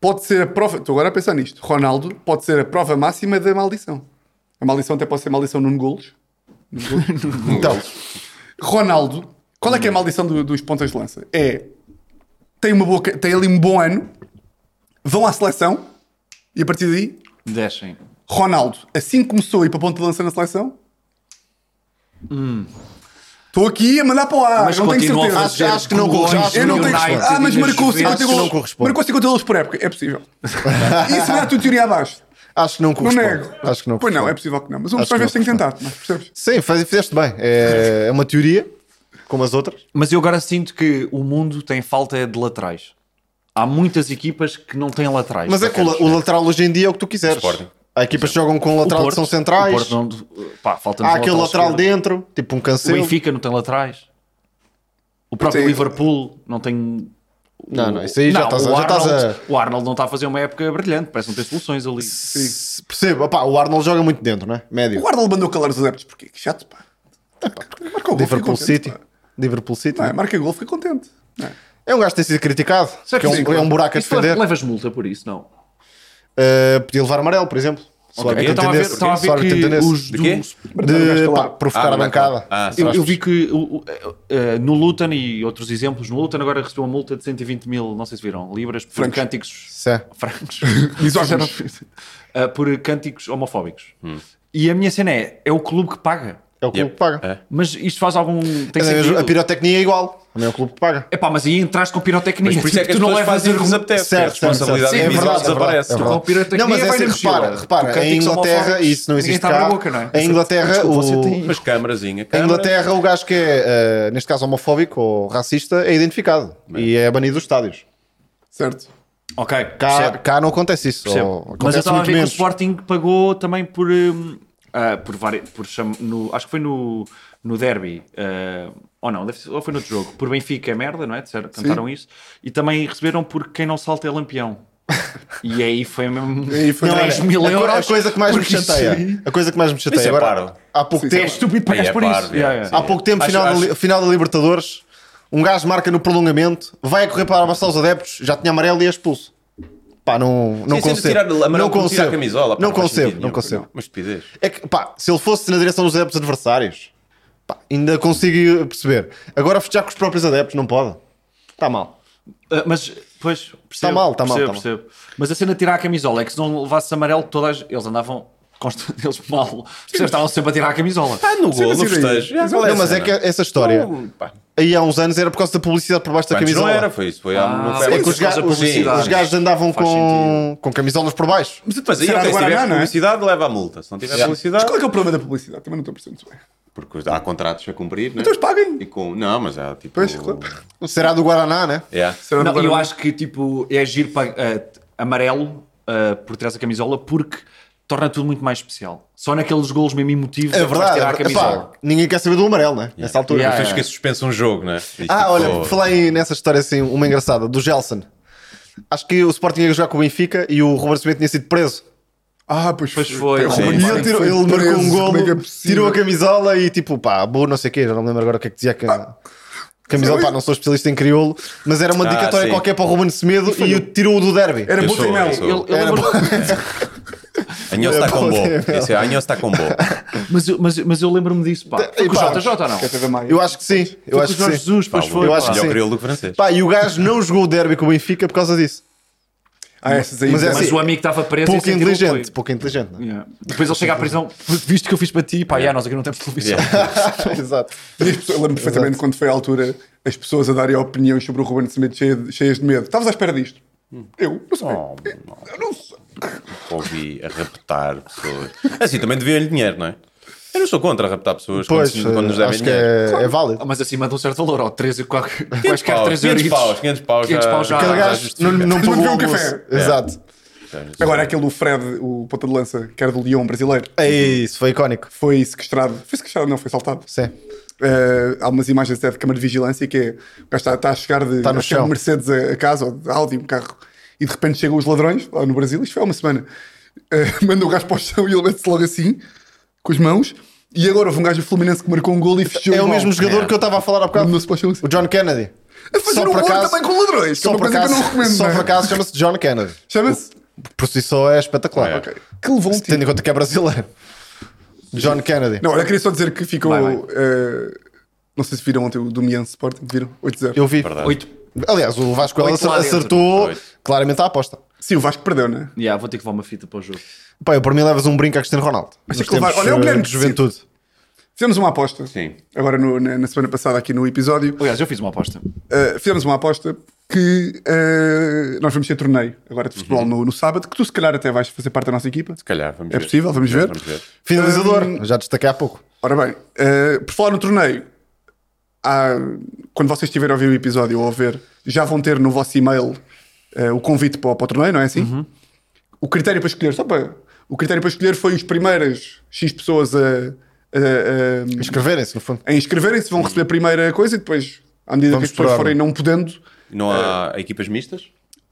S1: pode ser a prova... Estou agora a pensar nisto. Ronaldo pode ser a prova máxima da maldição. A maldição até pode ser maldição num golos.
S3: Então,
S1: Ronaldo, qual
S2: Hum.
S1: é que é a maldição do- dos pontas de lança? É, tem, uma boa, ca- tem ali um bom ano, vão à seleção e a partir daí,
S2: Deixem.
S1: Ronaldo, assim que começou a ir para a ponta de lança na seleção... Estou aqui a mandar para o ar,
S2: Hum. Mas
S1: não tenho
S2: continua a
S1: certeza.
S2: fazer
S3: Acho- acho que não
S2: golões
S3: corresponde. Acho que
S1: Eu não
S2: no
S1: tenho
S2: United
S1: resposta. Ah, mas
S2: e nas
S1: marcou
S2: Juventus.
S3: Acho
S1: 50
S3: que não
S1: golos.
S3: corresponde.
S1: Marcou 50 golos por época. É possível. Isso vai à tua teoria abaixo.
S3: acho que não
S1: Não
S3: corresponde.
S1: nego.
S3: Acho que não
S1: Pois não,
S3: corresponde.
S1: é possível que não. Mas um
S3: Acho
S1: dos vezes
S3: que
S1: tem
S3: não
S1: que tentar. Mas percebes?
S3: Sim, faz- fizeste bem. É, é uma teoria, como as outras.
S2: Mas eu agora sinto que o mundo tem falta de laterais. Há muitas equipas que não têm laterais.
S3: Mas é que o, la- o lateral hoje em dia é o que tu quiseres.
S4: Sporting.
S3: Há equipas que jogam com
S2: O
S3: lateral
S2: Porto-
S3: que são
S2: o
S3: centrais.
S2: Porto não- pá, falta-nos
S3: Há
S2: um
S3: aquele lateral
S2: esquerdo.
S3: dentro, tipo um
S2: O
S3: cancelo.
S2: Benfica não tem laterais. O próprio
S1: Tem-
S2: Liverpool não tem.
S3: Não, não, isso aí já estás a-
S2: o
S3: já estás a-
S2: Arnold- O Arnold não está a fazer uma época brilhante, parece não ter soluções ali.
S3: Se- Percebo, opá, o Arnold joga muito dentro, não é? Médio.
S1: O Arnold mandou calar os adeptos. Porquê? Que chato, pá. Marcou gol.
S3: Liverpool
S1: fica contente,
S3: City.
S1: pá.
S3: Liverpool City.
S1: Não é? Marca gol, fica contente. Não é?
S3: É um gajo que tem sido criticado.
S2: Certo,
S3: que é um,
S2: sim,
S3: é
S2: claro.
S3: um buraco a
S2: Isso
S3: defender.
S2: Levas multa por isso, não.
S3: Uh, podia levar amarelo, por exemplo. Se o
S2: Ok,
S3: árbitro
S2: eu estava a ver,
S3: entendesse.
S2: estava a
S3: Se o
S2: ver
S3: árbitro
S2: que
S3: entendesse.
S2: os
S4: De quê?
S2: dos.
S1: Marcar
S3: De,
S1: gol.
S3: pá, provocar
S4: Ah,
S3: a
S4: não é
S3: bancada.
S4: claro. Ah, sim.
S2: Eu, eu vi que o- o- eh, eh, no Luton e outros exemplos, no Luton agora recebeu uma multa de 120 mil, não sei se viram, libras por
S1: Francos.
S2: cânticos
S3: Sim.
S2: francos.
S1: Misóginos.
S3: Hum.
S2: Eh, por cânticos homofóbicos. E a minha cena é: é o clube que paga.
S3: É o clube
S4: Yep.
S3: que paga.
S4: É.
S2: Mas isto faz algum. Tem
S3: A
S2: sentido.
S3: pirotecnia é igual. Também é o clube que paga.
S2: É pá, mas aí entraste com pirotecnia.
S4: Mas por isso é
S2: tipo,
S4: que as
S2: tu não
S4: pessoas
S2: levas
S4: fazem o que lhes
S2: argumento.
S4: apetece.
S3: Certo,
S4: a
S3: certo,
S4: responsabilidade
S3: certo.
S4: individual
S3: É verdade, é verdade,
S4: desaparece.
S3: é
S4: Tu
S3: verdade.
S2: Com pirotecnia
S3: Não, mas
S2: vai
S3: é
S2: na
S3: sempre,
S2: mochila.
S3: repara, repara,
S2: Tu cantas
S3: em Inglaterra,
S2: homofóbicos,
S3: isso não
S2: ninguém
S3: existe
S2: te abre
S3: cá.
S2: a boca, não é?
S3: Em Inglaterra,
S2: Desculpa, você
S3: o-
S2: tem-
S4: Mas câmarazinha,
S3: Em
S4: câmara.
S3: Inglaterra, o gajo que é, eh, neste caso, homofóbico ou racista, é identificado e é banido dos estádios.
S1: Certo.
S2: Ok,
S3: Cá,
S2: percebo,
S3: cá não acontece isso.
S2: percebo.
S3: ou
S2: Mas eu
S3: acontece
S2: estava a
S3: muito
S2: ver que o
S3: menos.
S2: Sporting pagou também por. hum, ah, por várias. Por cham... no, acho que foi no, no derby. ah, ou não, deve ser- ou foi no outro jogo. Por Benfica é merda, não é? Disseram, cantaram isso. E também receberam por quem não salta é lampião. E aí foi mesmo.
S1: aí foi
S3: Não, olha,
S2: 3 mil
S3: É a, co-
S2: euros.
S3: A coisa que mais me
S2: porque isso
S3: chateia.
S2: aí-
S3: A coisa que mais me chateia.
S4: Isso é
S3: agora,
S4: paro.
S3: há pouco
S2: É
S3: tempo.
S2: estúpido
S4: Aí
S2: pagar
S4: é
S2: por
S4: parvo,
S2: isso.
S4: é,
S2: Yeah, yeah.
S4: sim.
S3: Há pouco tempo,
S4: Acho-
S3: final, da,
S4: acho-
S3: Li- final da Libertadores, um gajo marca no prolongamento, vai a correr para abraçar os adeptos, já tinha amarelo e é expulso. Pá, não, não
S4: Sim, sim, de
S3: concebo.
S4: tirar amarelo
S3: não
S4: como tirar a
S3: concebo.
S4: camisola, pá,
S3: não
S4: faz sentido
S3: concebo, não
S4: nenhum.
S3: concebo.
S4: Uma estupidez.
S3: É que, pá, se ele fosse na direção dos adeptos adversários, pá, ainda consigo perceber. Agora festejar com os próprios adeptos, não pode. Está mal.
S2: Ah, mas, pois, percebo. Está
S3: mal, tá mal,
S2: percebo,
S3: tá mal.
S2: percebo. Mas a cena de tirar a camisola é que se não levasse amarelo, todas eles andavam. consta- Eles mal. Eles estavam sempre a tirar a camisola.
S4: Ah, no gol,
S1: mas
S4: no
S1: e daí?
S4: festejo.
S1: Mas
S4: Qual
S3: não, mas é
S4: cena?
S3: que essa história,
S4: Não, pá,
S3: aí há uns anos, era por causa da publicidade por baixo da
S4: antes
S3: camisola.
S4: Não era, foi isso. Foi há-
S2: Ah,
S4: não foi há
S2: Sim,
S3: É que
S4: muito
S3: os,
S2: por causa
S3: ga
S4: tempo.
S2: da
S3: os,
S2: publicidade.
S3: os gajos andavam
S2: Faz
S3: com, com camisolas por baixo.
S1: Mas
S4: Mas aí,
S1: será
S4: ok,
S1: do
S4: se tiver
S1: Guaraná, não é?
S4: publicidade, leva a multa. Se não tiver
S1: Mas
S4: publicidade,
S1: qual é que é o problema da publicidade? Também não estou a perceber muito bem.
S4: porque há contratos a cumprir, né?
S1: Então eles paguem.
S4: E com... Não, mas há tipo...
S1: Pois, claro.
S3: Será do Guaraná, né?
S4: Yeah.
S1: Será do
S2: Não, eu
S1: Guaraná?
S2: acho que tipo, é giro pa- ah, t- amarelo ah, por trás da camisola porque torna tudo muito mais especial. Só naqueles golos mesmo emotivos
S3: É
S2: que vais
S3: verdade.
S2: tirar a
S3: é-
S2: camisola.
S3: epá, ninguém quer saber do amarelo, né? Nessa altura.
S2: Yeah,
S4: Tu
S2: yeah.
S4: que suspensa um jogo, né? E,
S3: Ah,
S4: tipo,
S3: olha, por falar aí nessa história assim, uma engraçada, do Gelson. Acho que o Sporting ia jogar com o Benfica e o Roberto Cimento tinha sido preso.
S1: Ah, pois,
S2: Pois foi,
S1: Tem
S2: sim.
S1: razão.
S3: E ele, tirou- ele
S1: Foi
S3: marcou
S1: preso, como
S3: um
S1: é que é
S3: golo,
S1: possível?
S3: tirou a camisola e tipo, pá, boa, não sei o quê, já não me lembro agora o que é que dizia. Que... Camisola, pá, não sou especialista em crioulo, mas era uma
S4: Ah,
S3: dedicatória
S4: sim.
S3: qualquer para o Ruben Semedo e, o tirou-o do derby.
S1: Era
S4: Eu
S1: bom
S4: sou, eu
S1: mel.
S4: sou.
S2: Eu- eu
S3: Era
S2: lembro-
S4: Anhos está com bom.
S3: Era bom.
S4: Esse é Anhos está com bom.
S2: mas, eu- mas, mas eu lembro-me disso, pá. Foi com o
S3: Epá,
S2: JJ
S4: Ah,
S2: ou não?
S1: Quer saber mais?
S3: Eu acho que sim, eu
S2: Foi com
S3: acho
S2: o
S3: que
S2: Jorge
S3: sim.
S2: Jesus, pois
S4: Pá,
S2: foi.
S3: eu
S2: pá.
S3: acho que
S4: melhor
S3: sim.
S4: crioulo do que francês.
S3: Pá, e o gajo não jogou o derby com o Benfica por causa disso.
S1: Ah, essas aí.
S3: Mas é
S1: também.
S3: assim,
S2: Mas o amigo estava preso
S3: Pouco
S2: e sem tiro
S3: inteligente,
S2: foi.
S3: pouco inteligente. Não? é?
S2: Yeah. Depois ele chega à prisão, visto que eu fiz para ti, pá, yeah, nós aqui não temos televisão.
S3: é? Exato.
S1: E as pessoas- Eu lembro perfeitamente quando foi a altura as pessoas a darem opiniões sobre o Ruben Semedo cheia de- cheias de medo. Estavas à espera disto?
S3: Hum.
S1: Eu? Não sei.
S4: Oh,
S1: Eu não sei.
S4: ouvi a raptar pessoas. Assim, também deviam-lhe dinheiro, não é? Eu não sou contra raptar pessoas
S3: Pois,
S4: quando, se- quando nos
S3: eh,
S4: devem
S3: acho que
S4: dinheiro.
S3: é, é válido.
S2: Mas acima de um certo valor, ou 13 qualquer,
S4: 500
S2: quaisquer
S4: paus,
S2: 3 euros.
S4: 500 paus, 500 paus
S2: 500
S4: já-
S2: paus já-
S3: Aquele
S4: Ah,
S3: gajo
S4: justifica.
S3: não, não
S1: Mas
S3: pagou
S1: bebeu
S3: o
S1: um café.
S3: almoço. Exato.
S4: é
S1: Agora é aquele do Fred, o ponta de lança, que era do Lyon brasileiro,
S3: É isso, foi icónico.
S1: foi sequestrado. Foi sequestrado, não, foi saltado.
S3: Sim.
S1: Eh, há umas imagens até de câmara de vigilância que é o gajo está, está a chegar de
S3: Está no
S1: acho que é
S3: chão.
S1: de Mercedes a, a casa, ou de Audi, um carro, e de repente chegam os ladrões lá no Brasil, isto foi há uma semana, Eh, manda o gajo para o chão e ele mete-se logo assim, com as mãos, e agora houve um gajo do Fluminense que marcou um gol e fechou
S3: É o
S1: igual.
S3: mesmo jogador que eu estava a falar há bocado.
S1: Mandou-se para o chão assim.
S3: O John Kennedy.
S1: A fazer
S3: Só
S1: um
S3: por
S1: gol
S3: acaso-
S1: também com ladrões, que é
S3: Só
S1: uma
S3: por
S1: coisa
S3: acaso,
S1: que eu não recomendo.
S3: só
S1: não é?
S3: por acaso chama-se John Kennedy.
S1: Chama-se?
S3: Por si só é espetacular.
S4: É.
S1: Ok. Que levou um tiro.
S3: Tendo em conta que é brasileiro. John Kennedy.
S1: Não, olha, queria só dizer que ficou.
S2: Vai, vai.
S1: eh, não sei se viram ontem o Domiense Sporting, viram? 8-0.
S3: Eu vi.
S4: Verdade.
S2: Oito.
S3: Aliás, o Vasco
S2: Oito
S3: Elas
S2: lá dentro.
S3: acertou
S4: Oito.
S3: claramente a aposta.
S1: Sim, o Vasco perdeu, não é?
S2: Yeah, vou ter que levar uma fita para o jogo.
S3: Pá, eu para mim levas um brinco a Cristiano Ronaldo.
S1: Mas
S3: Nos
S1: é que levar-
S3: tempos,
S1: olha, é o
S3: eh,
S1: Guilherme
S3: de
S1: que
S3: juventude.
S1: Fizemos uma aposta.
S4: Sim.
S1: Agora no- na, na semana passada aqui no episódio.
S2: Aliás, eu fiz uma aposta.
S1: uh, fizemos uma aposta que uh, nós vamos ter torneio agora de futebol
S3: Uhum.
S1: no, no sábado, que tu se calhar até vais fazer parte da nossa equipa.
S4: Se calhar, vamos
S1: É
S4: ver.
S1: possível, vamos ver.
S4: Vamos ver.
S3: Finalizador, já destaquei há pouco.
S1: Ora bem, uh, por falar no torneio, há- quando vocês estiverem a ouvir o episódio ou a ver, já vão ter no vosso e-mail uh, o convite para, o- para o torneio, não é assim?
S3: Uhum.
S1: O critério para escolher, só para. O critério para escolher foi as primeiras X pessoas a. a- a-
S3: Inscreverem-se, no fundo.
S1: a inscreverem-se, vão receber a primeira coisa e depois, à medida
S3: Vamos
S1: que as pessoas
S3: esperar.
S1: forem não podendo,
S4: Não há equipas mistas?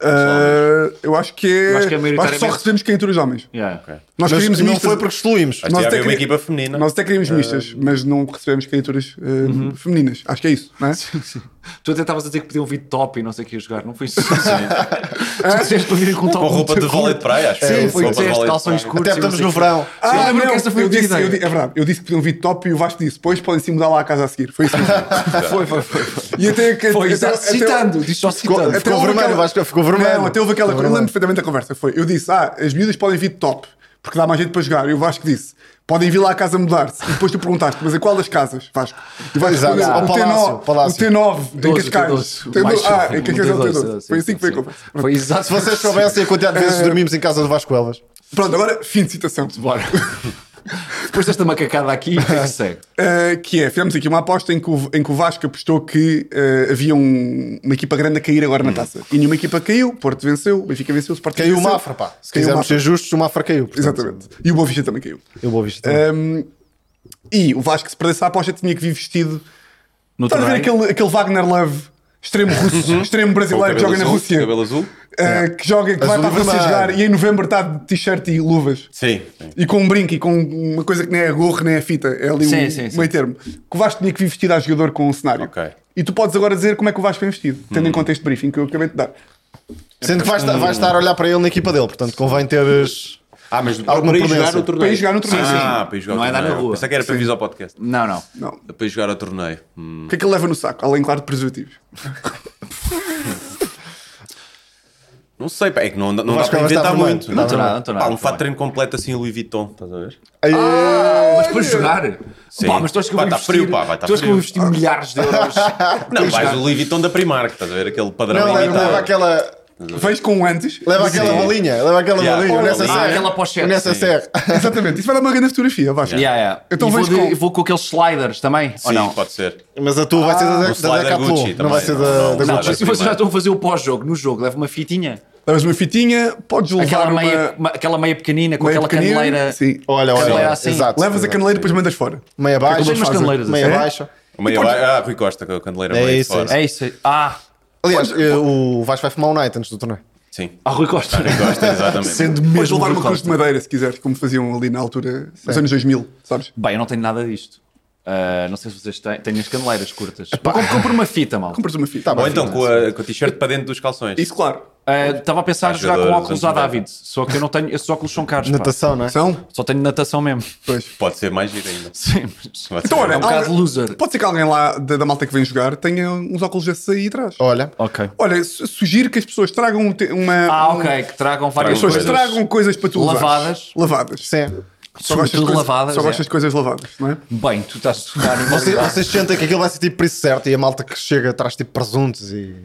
S1: uh, eu acho que é.
S2: Eu acho que
S1: eu acho que só
S2: é maioritariamente-
S1: recebemos quenturas de homens.
S2: Yeah.
S4: Ok.
S1: Nós
S3: Mas
S1: queríamos
S3: não
S1: mistas.
S3: foi porque Eh, excluímos.
S4: Acho que já
S1: até
S4: havia uma
S1: queria-
S4: equipa feminina.
S1: Nós até queríamos mistas, mas não recebemos criaturas eh,
S3: Uhum.
S1: femininas. Acho que é isso, não é?
S2: Tu até estavas a dizer que pediu um vídeo top e não sei o que ia jogar, não foi isso? tu disseste para virem com um top.
S4: Com roupa de
S2: muito
S4: vôlei de
S2: curto.
S4: praia,
S3: É,
S4: acho.
S2: Sim,
S4: eu.
S2: foi
S4: Roupa
S2: que
S4: de
S2: disseste,
S4: vôlei de
S2: calções
S4: praia.
S2: curtos.
S3: Até
S2: e não
S3: estamos
S2: sei
S3: no
S2: o quê.
S3: verão.
S2: Sim, eu lembro
S1: Ah, não,
S2: que essa foi
S1: eu
S2: a tua
S1: disse, eu di-
S2: ideia.
S1: é verdade, eu disse que pediam vídeo top e o Vasco disse: Pois podem se mudar lá à casa a seguir. Foi isso mesmo.
S2: Foi, foi, foi. foi.
S1: E até que.
S2: Foi,
S1: até-
S2: exato,
S1: até-
S2: citando, disse só citando.
S1: até
S3: Ficou
S1: houve
S3: vermelho,
S1: aquela-
S3: Vasco, ficou vermelho.
S1: Não, até houve aquela.
S3: Ficou
S1: Eu lembro
S3: vermelho.
S1: perfeitamente da conversa. Foi, eu disse: Ah, as miúdas podem vir de top. porque dá mais gente para jogar. E o Vasco disse: podem vir lá à casa mudar-se. E depois tu perguntaste, mas a qual das casas, Vasco? E vais
S3: Exato.
S1: responder:
S3: Ao
S1: o
S3: Palácio,
S1: T9,
S3: Palácio.
S1: o T9, em
S2: Doze,
S1: Cascais.
S2: T12,
S1: T12.
S2: mais
S1: Ah,
S2: sofrido,
S1: em Cascais é o
S2: T12,
S1: T12. Foi
S2: sim,
S1: assim que foi a
S2: sim.
S1: conversa.
S2: Foi exato.
S3: Se vocês soubessem a quantidade de vezes dormimos em casa do Vasco Elas.
S1: Pronto, agora fim de citação.
S2: Bora. Depois desta macacada aqui, o que é que segue?
S1: Uh, que é, fizemos aqui uma aposta em que o, em que o Vasco apostou que uh, havia um- uma equipa grande a cair agora na taça. E nenhuma equipa caiu, Porto venceu, Benfica venceu, Sporting
S3: Caiu o
S1: venceu.
S3: Mafra, pá.
S1: Caiu
S3: Se
S1: o
S3: quisermos
S1: Mafra.
S3: ser justos, o Mafra caiu. portanto.
S1: Exatamente. E o Boa Vista também caiu.
S3: Eu vou ouvir também.
S1: Um, e o Vasco, se perdesse a aposta, tinha que vir vestido.
S2: No
S1: Estás a ver
S2: terreno.
S1: aquele, aquele Wagner Love, extremo russo, extremo brasileiro que joga na Rússia,
S4: Uhum. Cabelo azul?
S1: uh, que joga, que vai para
S3: Azul
S1: a
S3: e
S1: Rússia
S3: vermelho.
S1: jogar e em novembro está de t-shirt e luvas.
S4: Sim.
S1: E com um brinco e com uma coisa que nem é a gorro nem é a fita, é ali
S2: Sim,
S1: um
S2: sim, sim.
S1: meio termo. Que o Vasco tinha que vir vestido a jogador com o cenário.
S4: Ok.
S1: E tu podes agora dizer como é que o Vasco vem vestido, tendo em conta este briefing que eu acabei de dar.
S3: Sendo que vais, ta- vais estar a olhar para ele na equipa dele, porportanto convém teres.
S4: Ah, mas
S3: Alguma
S4: para ir
S3: prudência.
S4: jogar no torneio.
S1: Para ir jogar no torneio,
S4: Ah, para ir jogar
S2: Não
S4: ao
S2: é dar na
S4: torneio.
S2: rua.
S4: Pensava que era para avisar o podcast.
S2: Não, não.
S1: Não.
S4: Para ir jogar ao torneio. Hum.
S1: O que é que ele leva no saco? Além, claro, de preservativos.
S4: Não sei, pá, é que não, não dá
S3: Vasco
S4: para
S3: vai estar
S4: inventar
S3: vermelho.
S4: muito.
S2: Não estou nada, não estou nada.
S4: Pá, um fato de treino completo assim, Louis Vuitton, estás a ver?
S2: Mas para jogar.
S4: Sim.
S2: Pá, mas tu achas que eu
S4: Vai
S2: vou
S4: estar
S2: investir,
S4: frio, pá, vai estar
S2: tu achas que eu vou
S4: frio.
S2: investir milhares de euros?
S4: Não, vais o Louis Vuitton da Primark, estás a ver? Aquele padrão
S3: Não, é leva,
S4: limitado.
S3: leva aquela.
S1: Vens com antes.
S3: Leva aquela bolinha, leva aquela
S4: Yeah.
S3: bolinha, o
S4: Ah,
S3: NSSR.
S2: aquela pochete,
S3: O NSSR.
S1: Exatamente. Isso vai dar uma grande fotografia, Vasco.
S2: Yeah, yeah.
S1: Então
S2: E vou,
S1: vais
S2: de-
S1: com-
S2: vou com aqueles sliders também, ou
S4: Sim,
S2: não?
S4: pode ser.
S3: Mas a tua vai ser da,
S4: o
S3: da,
S4: slider
S3: Decathlon,
S4: Gucci
S3: não vai
S4: também,
S3: ser da,
S4: não,
S3: da
S4: não.
S2: Não,
S3: Gucci.
S2: mas se vocês já estão a fazer o pós-jogo, no jogo, leva uma fitinha.
S1: Levas uma fitinha, podes levar
S2: Aquela,
S1: uma...
S2: meia, uma- aquela meia pequenina com
S1: meia
S2: aquela
S1: pequenina.
S2: caneleira.
S1: Sim.
S3: Olha, olha,
S2: Caneleira
S3: olha.
S2: assim.
S3: Exato.
S1: Levas a caneleira e depois mandas fora.
S3: Meia
S1: É
S3: baixa,
S1: como eles
S2: umas
S1: fazem.
S2: caneleiras
S3: meia
S2: assim.
S3: baixa.
S4: Meio, Ah, Rui Costa, com a candeleira
S3: É
S4: meio
S3: isso,
S4: fora.
S2: É isso. Ah,
S3: Aliás, eh, o Vasco vai fumar um night antes do torneio.
S4: Sim.
S2: ao ah, Rui Costa.
S4: Rui Costa, exatamente.
S2: Sendo
S1: Podes
S2: mesmo
S1: levar
S2: Rui
S1: uma cruz um de
S2: Costa.
S1: madeira, se quiseres, como faziam ali na altura, nos anos 2000, sabes?
S2: Bem, eu não tenho nada disto. Ah, não sei se vocês têm. Tenho as caneleiras curtas. Compre compre uma fita, mal.
S1: Compras uma fita. Tá,
S3: bom.
S4: Ou então com a, com a t-shirt para dentro dos calções.
S1: Isso, claro.
S2: Ah, Estava a pensar em
S4: Há
S2: jogar com
S4: jogadores
S2: óculos à
S4: antes da-
S2: David, só que eu não tenho. Esses óculos são caros. pá.
S3: Natação, não é?
S1: São?
S2: Só tenho natação mesmo.
S1: Pois.
S4: Pode ser mais giro ainda.
S2: Sim, mas.
S4: Pode
S1: Então,
S4: ser.
S1: olha,
S2: É um bocado
S1: alguém-
S2: loser.
S1: Pode ser que alguém lá da, da malta que vem jogar tenha uns óculos desses aí atrás.
S3: Olha.
S2: Ok.
S1: Olha, su- sugiro que as pessoas tragam um te- uma.
S2: Ah,
S1: um-
S2: ok, que tragam várias
S1: As pessoas
S2: coisas.
S4: coisas.
S1: tragam coisas para tu usares.
S2: Lavadas.
S1: Lavadas.
S3: Sim.
S1: de
S2: Sobretudo
S1: coisas,
S2: lavadas.
S1: Só
S2: é.
S1: gostas de coisas lavadas, não é?
S2: Bem, tu estás a tocar em
S3: Vocês,
S2: validade.
S3: vocês sentem que aquilo vai ser tipo preço certo e a malta que chega traz tipo presuntos e.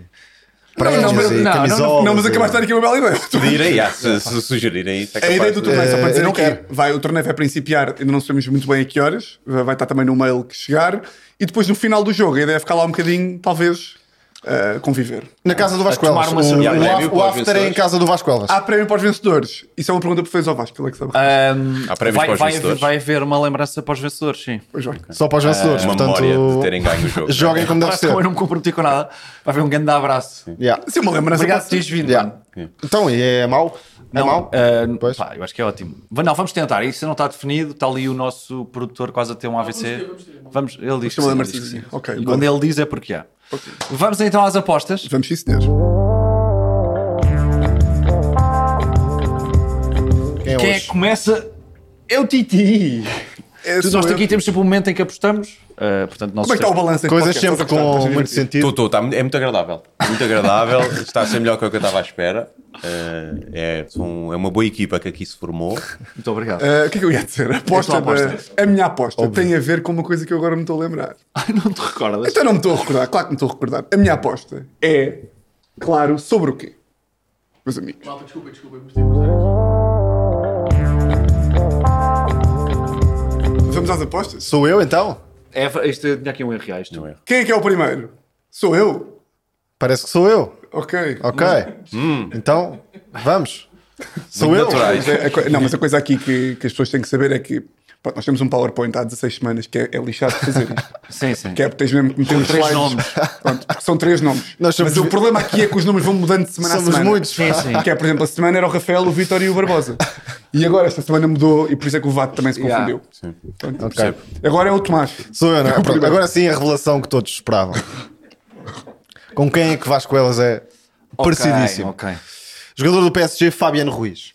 S3: Prémios
S1: não, mas-
S3: e
S2: não, não,
S3: camisolas.
S1: não, mas
S2: é.
S1: acabaste de dar
S3: e-
S1: aqui uma bela ideia.
S4: Pedirem, ah, se, se sugerirem isso, é
S1: A
S4: capaz
S1: ideia do
S4: de-
S1: torneio, só para
S3: Eh,
S1: dizer
S3: eu
S1: aqui,
S3: quero.
S1: vai, o torneio vai principiar, ainda não sabemos muito bem a que horas, vai estar também no mail que chegar, e depois no final do jogo, a ideia é ficar lá um bocadinho, talvez, eh, conviver.
S3: Na casa do Vasco
S2: tomar
S3: Elas. O,
S2: uma cerveja.
S3: o
S4: Yeah,
S3: af-
S4: prémio
S3: o
S4: para os
S3: after é em
S4: vencedores.
S3: casa do Vasco Elas.
S1: Há prémio para os vencedores? Isso é uma pergunta que fez ao Vasco, ele é que sabe.
S2: Ah. Ahm,
S4: Há prémios
S2: vai,
S4: para os
S2: vai
S4: vencedores.
S2: haver- vai haver uma lembrança para os vencedores, sim.
S1: Pois vai.
S3: Só para os vencedores.
S4: Uma
S3: portanto,
S4: memória de terem ganho o jogo.
S3: joguem como deve
S2: Parece que
S3: ser.
S2: eu um não me comprometi com nada. Vai haver um grande abraço.
S3: Yeah.
S1: Isso é uma lembrança.
S2: Obrigado por
S1: pode ser.
S2: teres vindo,
S3: Yeah.
S2: mano.
S3: Então, e é mau? É mau?
S2: ah,
S3: Pois.
S2: pá, eu acho que é ótimo. Va- Não, vamos tentar. Isso não está definido. Está ali o nosso produtor quase a ter um AVC. Vamos, ele diz que
S1: Chama
S2: sim, ele
S1: lembrança.
S2: diz que sim.
S1: Ok,
S2: E
S1: boa.
S2: quando ele diz é porque há. Vamos então às apostas.
S1: Vamos sim, senhor.
S3: Quem
S2: Quem é
S3: é
S2: que
S3: hoje?
S2: começa? É o Titi.
S1: É, sou
S2: Nós
S1: eu.
S2: aqui temos sempre um momento em que apostamos. Ah, portanto, nosso
S1: Como é que está o balanço? deste
S3: Coisas
S1: podcast?
S3: sempre
S1: Estás a gostar?
S3: com
S1: Estás a
S3: muito
S1: divertir?
S3: sentido.
S4: Tô, tô, tá- é muito agradável. Muito agradável. Está a ser melhor que o que eu estava à espera. Eh, é, são- é uma boa equipa que aqui se formou.
S2: Muito obrigado.
S1: Eh, o que é que eu ia dizer? A, aposta
S2: É a tua
S1: da- a minha aposta tem a ver com uma coisa que eu agora me estou a lembrar.
S2: Ai, não te recordas?
S1: Então não me estou a recordar, claro que me estou a recordar. A minha aposta é, claro, sobre o quê? Meus amigos.
S2: Malta, desculpa, desculpa.
S1: Vamos às apostas?
S3: Sou eu então?
S2: É, isto, eu tinha aqui um erro, ah, isto.
S1: Quem é que é o primeiro? Sou eu?
S3: Parece que sou eu.
S1: Ok.
S3: Ok. Então, vamos. Sou eu.
S4: naturais.
S1: Mas a- a coi- não, mas a coisa aqui que, que as pessoas têm que saber é que pronto, nós temos um PowerPoint há 16 semanas que é, é lixado de fazer isto.
S2: Sim, sim.
S1: Que é, tens mesmo que meter os
S2: três
S1: slides.
S2: nomes.
S1: Pronto, porque são três nomes.
S3: Nós somos-
S1: Mas o problema aqui é que os nomes vão mudando de semana a
S3: Somos
S1: semana.
S3: muitos.
S2: Sim, sim.
S1: Que é, por exemplo, a semana era o Rafael, o Vitor e o Barbosa. E agora esta semana mudou e por isso é que o Vato também se
S2: Yeah.
S1: confundiu. Pronto,
S3: Ok.
S1: Agora é o Tomás.
S3: Sou eu, não é? Pronto, agora sim a revelação que todos esperavam. Com quem é que Vasco Elas é
S2: Ok,
S3: parecidíssimo?
S2: Ok,
S3: Jogador do PSG, Fabiano Ruiz.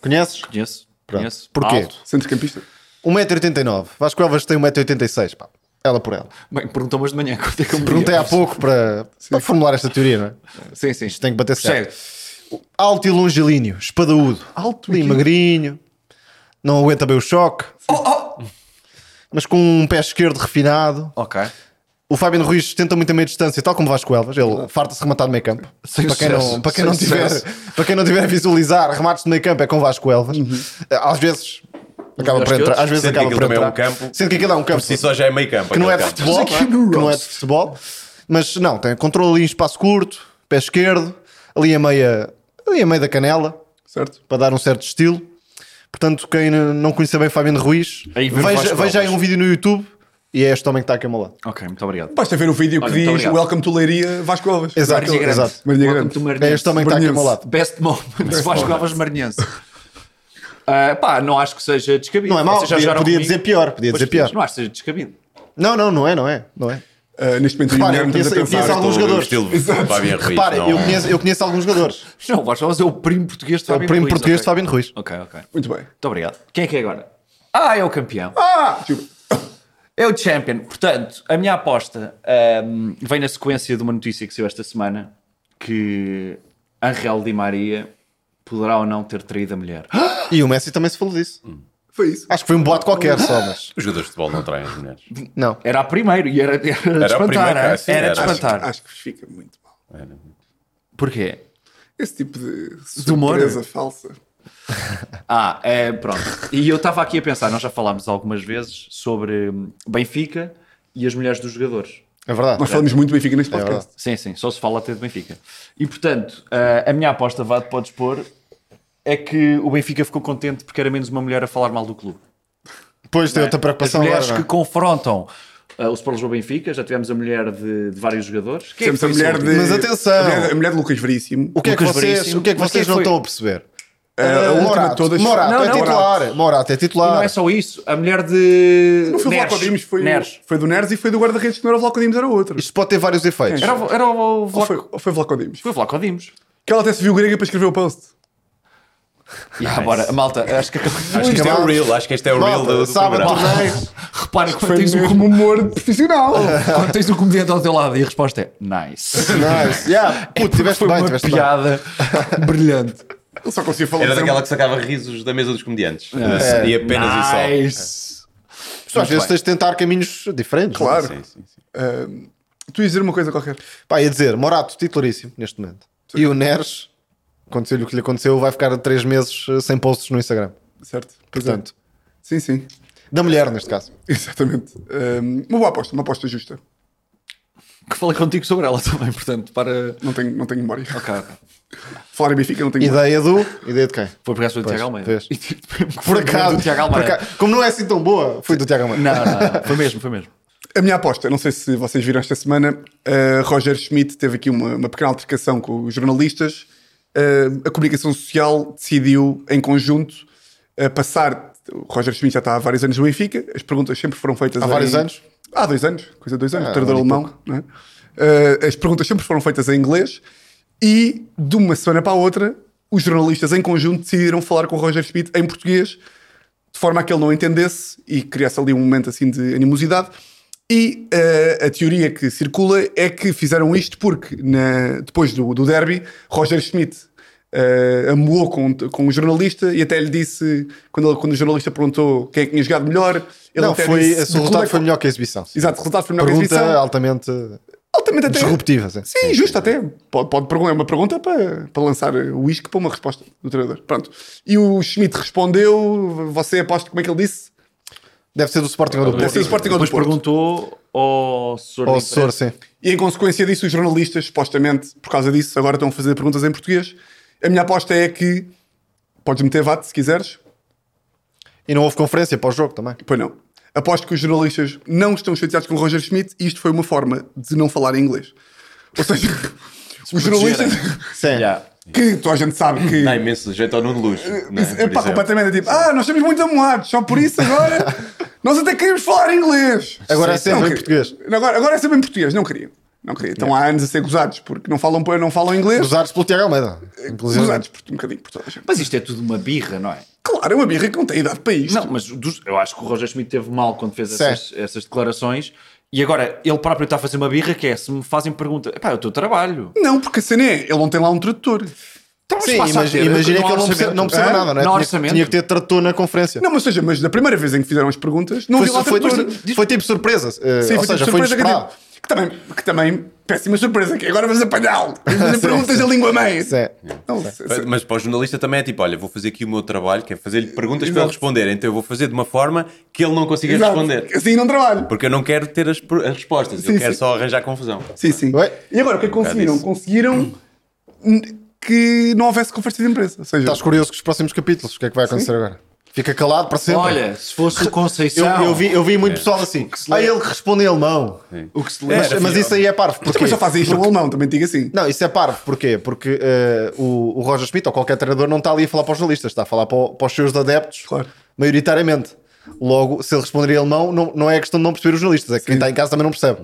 S3: Conheces?
S2: Conheço. Conheço.
S3: Porquê?
S2: Alto.
S1: Centrocampista.
S3: 1,89m. Vasco Elas tem 1,86m. Pá. Ela por ela.
S2: Bem, perguntou-me hoje de manhã quanto é que eu me
S3: Perguntei
S2: dia.
S3: há pouco para, para formular esta teoria, não é?
S2: Sim, sim.
S3: Tem que bater certo.
S2: Percebe?
S3: Alto e longilíneo, espadaúdo.
S1: Alto e
S3: e
S1: quê?
S3: magrinho. não aguenta bem o choque,
S1: Oh, oh!
S3: mas com um pé esquerdo refinado.
S2: Ok.
S3: O Fabiano Ruiz tenta muito a meia distância, tal como Vasco Elvas, ele farta-se de rematar de meio campo. Para quem, não, para, quem não tiver, para quem não tiver a visualizar, remates de meio campo é com Vasco Elvas.
S1: Uhum.
S3: Eh, Às vezes acaba por
S2: que
S3: entrar, às vezes
S4: Sendo que
S3: acaba
S4: aquilo
S3: por
S4: também é
S3: entrar.
S4: um campo.
S3: Sendo que aquilo é um campo.
S4: Por si só já é meio campo.
S3: que não é de
S4: aquele campo.
S3: futebol, não
S1: aqui
S3: é?
S1: no
S3: que não é de
S1: roast.
S3: futebol, mas não, tem controle ali em espaço curto, pé esquerdo, ali a meia, ali a meia da canela,
S1: Certo.
S3: para dar um certo estilo. Portanto, quem n- não conhecer bem Fabiano Ruiz,
S2: Aí vemos
S3: veja,
S2: Vasco
S3: veja aí
S2: Alves.
S3: um vídeo no YouTube e é este homem que está aqui ao meu lado.
S2: Ok, muito obrigado.
S1: Basta ver o vídeo que
S2: Olha, muito
S1: diz
S2: obrigado.
S1: Welcome to Leiria Vasco Alves.
S3: Exato,
S1: Marinha Grande.
S3: exato.
S1: Marinha
S2: Welcome
S1: Grande.
S2: to Marinha.
S3: É este homem que está aqui ao meu
S1: Brunense.
S3: lado.
S2: Best moment Vasco Alves Marinhense. Ah, pá, não acho que seja descabido.
S3: Não é mau,
S2: Vocês já
S3: podia,
S2: jogaram
S3: podia
S2: comigo?
S3: dizer pior, podia
S2: Pois,
S3: dizer pior.
S2: Não acho que seja descabido.
S3: Não, não, não é, não é, não é.
S1: Uh, neste momento,
S3: Reparem,
S1: eu
S3: eu conheço- eu conheço alguns-
S4: O
S3: jogadores.
S4: estilo de
S1: Exato.
S4: Fabian Ruiz,
S3: Reparem,
S4: não-
S3: eu,
S2: é.
S3: conheço, eu conheço alguns jogadores.
S2: Não, Vasco Alves é o primo português de
S3: É o
S2: Fábio
S3: primo
S2: Ruiz,
S3: português de
S2: ok.
S3: Fabiano Ruiz.
S2: Ok, ok. Muito
S1: Muito bem.
S2: obrigado. Quem é que é agora? Ah, é o campeão.
S1: Ah! Desculpa.
S2: É o champion. Portanto, a minha aposta ahm, vem na sequência de uma notícia que saiu esta semana que Angel Di Maria poderá ou não ter traído a mulher.
S3: E o Messi também se falou disso.
S1: Foi isso.
S3: Acho que foi um boato qualquer só, mas.
S4: Os jogadores de futebol não traem as mulheres.
S3: Não.
S2: Era a primeiro e era, era, de
S4: a
S2: espantar,
S4: primeira,
S2: hein?
S4: sim,
S2: era de
S4: era.
S2: espantar.
S1: Acho que fica muito mal.
S2: Porquê?
S1: Esse tipo de
S2: humor?
S1: surpresa falsa.
S2: Ah, é, pronto. E eu estava aqui a pensar, nós já falámos algumas vezes sobre hum, Benfica e as mulheres dos jogadores.
S3: É verdade.
S1: Nós falamos muito Benfica neste podcast.
S2: Sim, sim, só se fala até de Benfica. E portanto, ah, a minha aposta, Vado, podes pôr, é que o Benfica ficou contente porque era menos uma mulher a falar mal do clube.
S3: Depois tem outra
S2: é? As
S3: preocupação
S2: mulheres
S3: agora.
S2: que
S3: não é?
S2: confrontam ah, o Sport Lisboa Benfica, já tivemos a mulher de, de vários jogadores. Quem é que
S1: Temos a
S2: foi
S1: mulher
S2: esse
S1: de.
S3: Mas atenção.
S1: A mulher, a mulher de Lucas Veríssimo.
S3: O que é que
S2: Lucas
S3: vocês,
S2: Veríssimo.
S3: o que é que
S2: Mas quem
S3: vocês
S2: é que foi? É,
S3: não estão a perceber?
S1: a a última
S3: Morato.
S1: de todas.
S3: Morato
S2: Não,
S3: é
S2: não,
S3: titular. Morato é
S2: último? E não
S3: titular.
S2: é só isso, a mulher de.
S1: Não foi o Vlaco Dimos,
S2: Neres.
S1: foi, o-
S2: Neres.
S1: foi do Neres e foi do guarda-redes que não era o Vlaco Dimos, era outro.
S3: Isto pode ter vários efeitos.
S2: Era, o- era o
S1: Ou
S2: Vlaco.
S1: foi, ou foi Vlaco Dimos?
S2: Foi o Vlaco Dimos.
S1: Que ela até se viu grega para escrever o post.
S2: E agora, malta, acho que acabamos.
S4: Acho que este é o
S3: Acabaram.
S4: real, acho que este é o real
S3: Malta,
S4: do, do
S3: Sábado,
S4: programa.
S3: torneios.
S2: Repara que quando
S1: Foi
S2: tens, um,
S1: mesmo
S2: com-
S1: humor profissional.
S2: quando tens um comediante ao teu lado e a resposta é nice.
S3: Nice. Yeah. Puto, tiveste
S2: Foi
S3: bem,
S2: uma
S3: tiveste bem.
S2: piada brilhante.
S1: Ele só conseguia falar.
S4: Era
S1: dizer-
S4: daquela que sacava risos da mesa dos comediantes. E apenas e só.
S2: nice.
S3: Só Às vezes
S2: bem.
S3: tens de tentar caminhos diferentes. não é?
S1: Claro.
S4: Sim, sim, sim.
S1: Ah, tu ias dizer uma coisa qualquer.
S3: Pá, ia dizer, Morato, titularíssimo neste momento. E o Neres, aconteceu-lhe o que lhe aconteceu, vai ficar 3 meses eh, sem posts no Instagram.
S1: Certo? Pois é.
S3: Portanto,
S1: Sim, sim.
S3: da mulher neste caso.
S1: Exatamente. Ah, uma boa aposta, uma aposta justa.
S2: Que falei contigo sobre ela também, portanto, para.
S1: Não tenho, não tenho memória.
S2: Ok, ok.
S1: Falar em Benfica não tenho memória.
S3: Ideia do. Ideia de quem?
S2: Foi por causa do
S3: Pois,
S2: Tiago Almeida.
S3: vês.
S2: E tipo,
S3: Por
S2: foi
S3: acaso.
S2: Do Tiago
S3: por
S2: Almeida.
S3: acaso. Como não é assim tão boa, foi do Tiago Almeida.
S2: Não, não, não, foi mesmo, foi mesmo.
S1: A minha aposta, não sei se vocês viram esta semana, uh, Roger Schmidt teve aqui uma, uma pequena altercação com os jornalistas. Uh, a comunicação social decidiu, em conjunto, uh, passar. O Roger Schmidt já está há vários anos no Benfica, as perguntas sempre foram feitas.
S3: Há
S1: em-
S3: vários anos?
S1: Há dois anos, coisa de dois anos,
S3: Ah,
S1: o treinador
S3: um ano e
S1: alemão. não é? Uh, as perguntas sempre foram feitas em inglês e, de uma semana para a outra, os jornalistas, em conjunto, decidiram falar com o Roger Schmidt em português de forma a que ele não entendesse e criasse ali um momento assim de animosidade. E eh, a teoria que circula é que fizeram isto porque, na- depois do, do derby, Roger Schmidt eh, amuou com, com o jornalista e até lhe disse, quando, ele- quando o jornalista perguntou quem é que tinha jogado melhor, ele
S3: Não,
S1: até
S3: foi,
S1: disse, "De
S3: esse
S1: clube é
S3: resultado
S1: que-
S3: foi melhor que a exibição.
S1: Exato, o resultado foi melhor que a
S3: Pergunta
S1: exibição.
S3: altamente
S1: Altamente até.
S3: disruptiva. Sim,
S1: Sim, justo até. Pode, pode pergun- é uma pergunta para, para lançar o isco para uma resposta do treinador. Pronto. E o Schmidt respondeu, você aposta, como é que ele disse?
S3: Deve ser do Sporting ou do
S1: Deve ser é o
S3: Porto.
S1: Sporting ou do
S2: Depois
S1: Porto.
S2: perguntou ao Sr.
S3: Ou Sor, sim.
S1: E em consequência disso, os jornalistas, supostamente, por causa disso, agora estão a fazer perguntas em português. A minha aposta é que. Podes meter VAT se quiseres.
S3: E não houve conferência para o jogo também.
S1: Pois não. Aposto que os jornalistas não estão chateados com o Roger Schmidt e isto foi uma forma de não falar em inglês. Ou seja, os jornalistas.
S3: Sim.
S2: Yeah.
S1: que toda a gente sabe que.
S4: Dá imenso jeito ao Nuno Luz. não é?
S1: É
S4: Por
S1: pá,
S4: exemplo.
S1: completamente. É tipo, ah, nós estamos muito amoados, só por isso agora. nós até queríamos falar inglês.
S3: Agora é sempre
S1: Não
S3: em
S1: queria.
S3: português.
S1: Agora, agora é sempre em português, não queria. Não queria. Estão há anos a ser gozados porque não falam, não falam inglês.
S3: Usados pelo Tiago Almeida. Inclusive.
S1: Gozados por um bocadinho por toda a gente.
S2: Mas isto é tudo uma birra, não é?
S1: Claro, é uma birra que não tem idade para isto.
S2: Não, mas dos- eu acho que o Roger Schmidt teve mal quando fez
S3: Certo.
S2: essas, essas declarações e agora ele próprio está a fazer uma birra que é se me fazem pergunta, pá, é o teu trabalho.
S1: Não, porque a cena é, ele não tem lá um tradutor.
S5: Então,
S3: Sim,
S5: passa a
S3: imagina,
S5: ter.
S3: imagina que
S5: Não
S3: ele não
S5: há
S3: percebe, não
S5: orçamento.
S3: percebe
S1: Hã?
S3: nada, não é?
S2: Não há
S3: Tinha que- Tinha,
S2: orçamento.
S3: que ter trator na conferência.
S1: Não, mas ou seja, mas da primeira vez em que fizeram as perguntas, não
S3: foi,
S1: havia lá
S3: foi,
S1: trator.
S3: foi, foi tipo surpresa. eh,
S1: Sim,
S3: ou
S1: foi tipo
S3: seja, foi
S1: surpresa que,
S3: inesperado.
S1: tipo, que também, que também, péssima surpresa, que é, agora vamos apanhá-lo. Vamos fazer perguntas da língua mãe.
S3: Sim.
S1: Não, se- se-
S4: Mas para o jornalista também é tipo: olha, vou fazer aqui o meu trabalho, que é fazer-lhe perguntas para
S1: Exato.
S4: ele responder. Então eu vou fazer de uma forma que ele não consiga
S1: Exato.
S4: responder.
S1: Assim não trabalho.
S4: Porque eu não quero ter as, per- as respostas,
S1: Sim,
S4: eu quero
S1: sim.
S4: só arranjar confusão.
S1: Sim, sim.
S3: Ué?
S1: E agora, o que é que conseguiram?
S4: isso.
S1: Conseguiram n- que não houvesse conferência de imprensa. Ou seja,
S3: Estás curioso com os próximos capítulos? O que é que vai acontecer agora? Fica calado para sempre.
S2: Olha, se fosse o
S3: eu,
S2: Conceição,
S3: eu vi, eu vi muito pessoal assim. Ah, ele que responde em alemão.
S2: o que se
S3: Mas,
S2: lembra.
S3: mas isso aí é parvo. Porquê?
S1: também já fazem isto no alemão, também digo assim.
S3: Não, isso é parvo. Porquê? Porque eh, o, o Roger Schmidt ou qualquer treinador não está ali a falar para os jornalistas, está a falar para, o- para os seus adeptos,
S1: Claro.
S3: maioritariamente. Logo, se ele responder em alemão, não, não é questão de não perceber os jornalistas, é que quem está em casa também não percebe.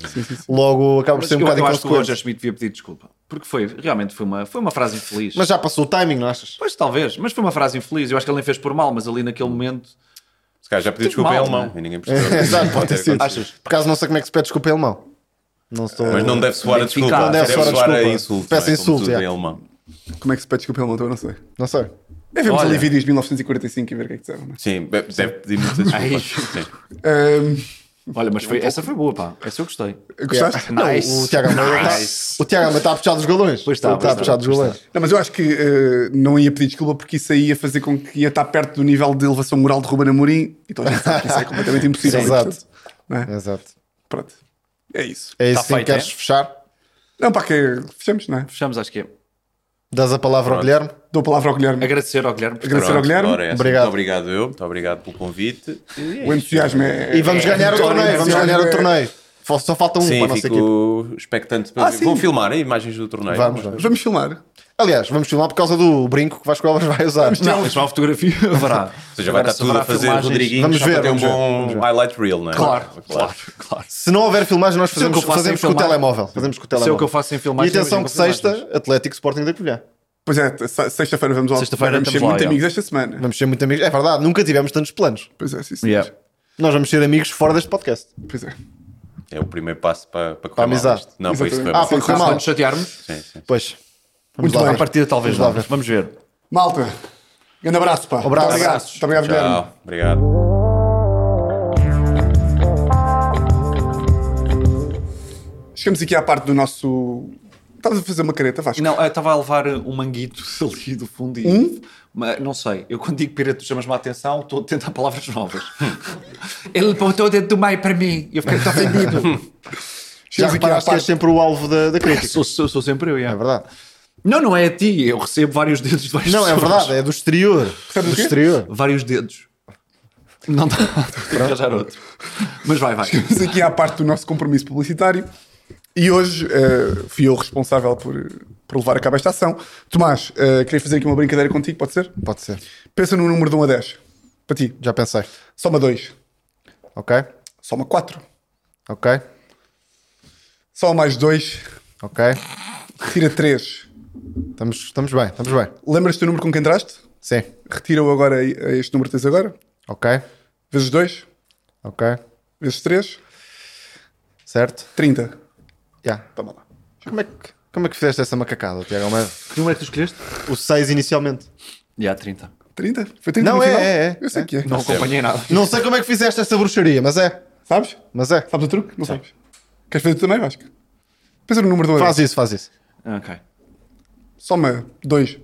S3: Logo, acaba por
S2: Mas
S3: ser um
S2: eu,
S3: bocado
S2: eu acho que o
S3: inconsequente.
S2: Roger Schmidt devia pedir desculpa. Porque foi, realmente foi uma, foi uma frase infeliz.
S3: Mas já passou o timing, não achas?
S2: Pois talvez, mas foi uma frase infeliz. Eu acho que ele nem fez por mal, mas ali naquele momento.
S4: Se calhar já pediu
S2: Tipo
S4: desculpa em
S2: mal,
S4: alemão
S2: né?
S4: e ninguém percebeu.
S3: Exato, pode ter sido.
S2: Achas?
S3: Por acaso não sei como é que se pede desculpa em alemão. Não estou.
S4: Mas não deve soar a desculpa.
S2: Não deve
S3: soar a desculpa.
S4: insulto.
S3: Peço
S4: não é?
S3: insulto,
S4: Como tudo
S3: é.
S4: em alemão.
S1: Como é que se pede desculpa pelo motor? Não sei.
S3: Não sei.
S1: É, vemos
S2: Olha.
S1: ali vídeos de 1945 e ver o que é que disseram. não é?
S4: Sim, be- deve pedir muita
S3: Ah,
S4: desculpa. Sim.
S1: Ahm,
S2: Olha, mas foi, essa foi boa, pá. Essa eu gostei.
S1: gostaste?
S3: um Não,
S2: Nice.
S3: o Tiago Almeida está- o Tiago Almeida está a puxar dos galões.
S2: Pois está,
S3: Ele tá
S2: pois
S3: a puxar
S2: está,
S3: dos
S2: pois tá.
S3: galões.
S1: Não, mas eu acho que eh, não ia pedir desculpa porque isso aí ia fazer com que ia estar perto do nível de elevação moral de Ruben Amorim. Então já sabe que isso é completamente impossível.
S3: Exato.
S1: Portanto, não é?
S3: Exato.
S1: Pronto. É isso.
S3: É
S2: Está
S3: isso que sim,
S2: feito,
S3: queres
S2: é?
S3: fechar?
S1: Não, para que fechamos, não é?
S2: Fechamos, acho que é.
S3: Dás a palavra ao
S4: Pronto.
S3: Guilherme?
S1: Dou a palavra ao Guilherme.
S2: Agradecer ao Guilherme. por-
S1: Agradecer ao Guilherme.
S4: agora é essa.
S3: Obrigado.
S4: Muito obrigado eu, muito obrigado pelo convite. E é
S1: O
S4: isto.
S1: entusiasmo é.
S3: E vamos
S1: é
S3: ganhar o
S1: vitória,
S3: torneio, vamos
S1: entusiasmo
S3: ganhar o
S1: é-
S3: torneio. Só só falta um para a
S4: Sim,
S3: nossa equipe.
S4: fico expectante. Pelo...
S1: Ah, sim.
S4: Vão filmar hein, imagens do torneio.
S3: Vamos, vamos.
S1: Vamos filmar.
S3: Aliás, vamos filmar por causa do brinco que Vasco Elvas vai usar.
S2: Não, mas para a fotografia haverá.
S4: Ou seja, vai
S2: Agora,
S4: estar
S2: se
S4: tudo
S2: haverá
S4: a fazer
S2: filmagens-
S4: Rodriguinho
S3: Vamos
S4: só
S3: ver,
S4: para ter um
S3: vamos ver,
S4: bom
S3: vamos ver.
S4: highlight reel, não é?
S2: Claro, claro, claro.
S3: Se não houver filmagem, nós
S2: é o que
S3: fazemos,
S2: eu faço
S3: fazemos
S2: sem
S3: com o
S2: filmar.
S3: telemóvel. Fazemos com o
S2: Isso
S3: telemóvel.
S2: é o que eu faço sem
S3: E
S2: filmagem.
S3: atenção que
S2: eu vejo com filmagens.
S3: sexta, Atlético Sporting da Colher.
S1: Pois é, se- sexta-feira vamos lá.
S2: Sexta-feira
S1: vamos ser
S2: estamos lá,
S1: muito
S2: é.
S1: amigos esta semana.
S3: Vamos ser muito amigos. É verdade, nunca tivemos tantos planos.
S1: Pois é, sim, sim.
S2: Yeah.
S3: Nós vamos ser amigos fora deste podcast.
S1: Pois é.
S4: É o primeiro passo para, para correr
S3: Para
S4: mal.
S3: amizade.
S4: Não, foi isso que foi
S3: Ah,
S4: mal.
S3: para correr
S1: então,
S2: Quando
S3: mal.
S2: nos chatearmos,
S4: Sim, sim.
S3: Pois.
S1: Muito bem.
S2: a partida talvez
S3: Vamos
S2: não.
S3: lá ver.
S2: Vamos ver.
S1: Malta, grande abraço, pá.
S3: Abraço.
S1: Muito obrigado.
S3: Abraços.
S1: Muito obrigado, Guilherme.
S4: Tchau, obrigado.
S1: Chegamos aqui à parte do nosso. Estavas a fazer uma careta, Vasco.
S2: Não, eu estava a levar um manguito ali do fundo e. Mas, não sei, eu quando digo pirata, tu chamas-me a atenção, estou a tentar palavras novas. Ele botou o dedo do meio para mim, eu fiquei muito ofendido.
S3: Já
S1: Chegamos aqui à
S3: reparaste que és
S1: parte.
S3: sempre o alvo da, da crítica.
S2: sou, sou- sou sempre eu,
S3: É
S2: yeah.
S3: verdade.
S2: Não, não é a ti, eu recebo vários dedos de várias
S3: Não, é
S2: pessoas.
S3: verdade, é do exterior.
S1: do
S3: Do
S1: quê?
S3: exterior.
S2: Vários dedos. Não dá, tenho que arranjar outro. Mas vai, vai.
S1: Chegamos aqui à parte do nosso compromisso publicitário. E hoje eh, fui eu responsável por, por levar a cabo esta ação. Tomás, eh, queria fazer aqui uma brincadeira contigo, pode ser?
S3: Pode ser.
S1: Pensa no número de 1 a 10. Para ti,
S3: Já pensei.
S1: soma 2,
S3: Ok?
S1: soma 4,
S3: Ok?
S1: soma mais 2,
S3: Ok?
S1: retira 3.
S3: Estamos, estamos bem, estamos bem.
S1: Lembras-te do número com que entraste?
S3: Sim.
S1: Retira-o agora a a este número que tens agora.
S3: Ok?
S1: Vezes 2,
S3: Ok?
S1: vezes 3,
S3: Certo?
S1: 30.
S3: Já.
S1: Toma lá.
S3: Como é que. Como é que fizeste essa macacada, Tiago Almeida?
S2: Que número é que tu escolheste?
S3: O 6 inicialmente.
S2: Já, 30.
S1: 30? Foi 30
S3: Não,
S1: no
S3: é,
S1: final?
S3: é, é.
S1: Eu sei
S3: É.
S1: que é.
S2: Não acompanhei nada.
S3: Não sei como é que fizeste essa bruxaria, mas é.
S1: Sabes?
S3: Mas é.
S1: Sabes o truque? Não sabes. Queres fazer tu também, Vasco? Pensa no número 2.
S3: Faz isso, faz isso.
S2: Ah, Ok.
S1: Soma 2.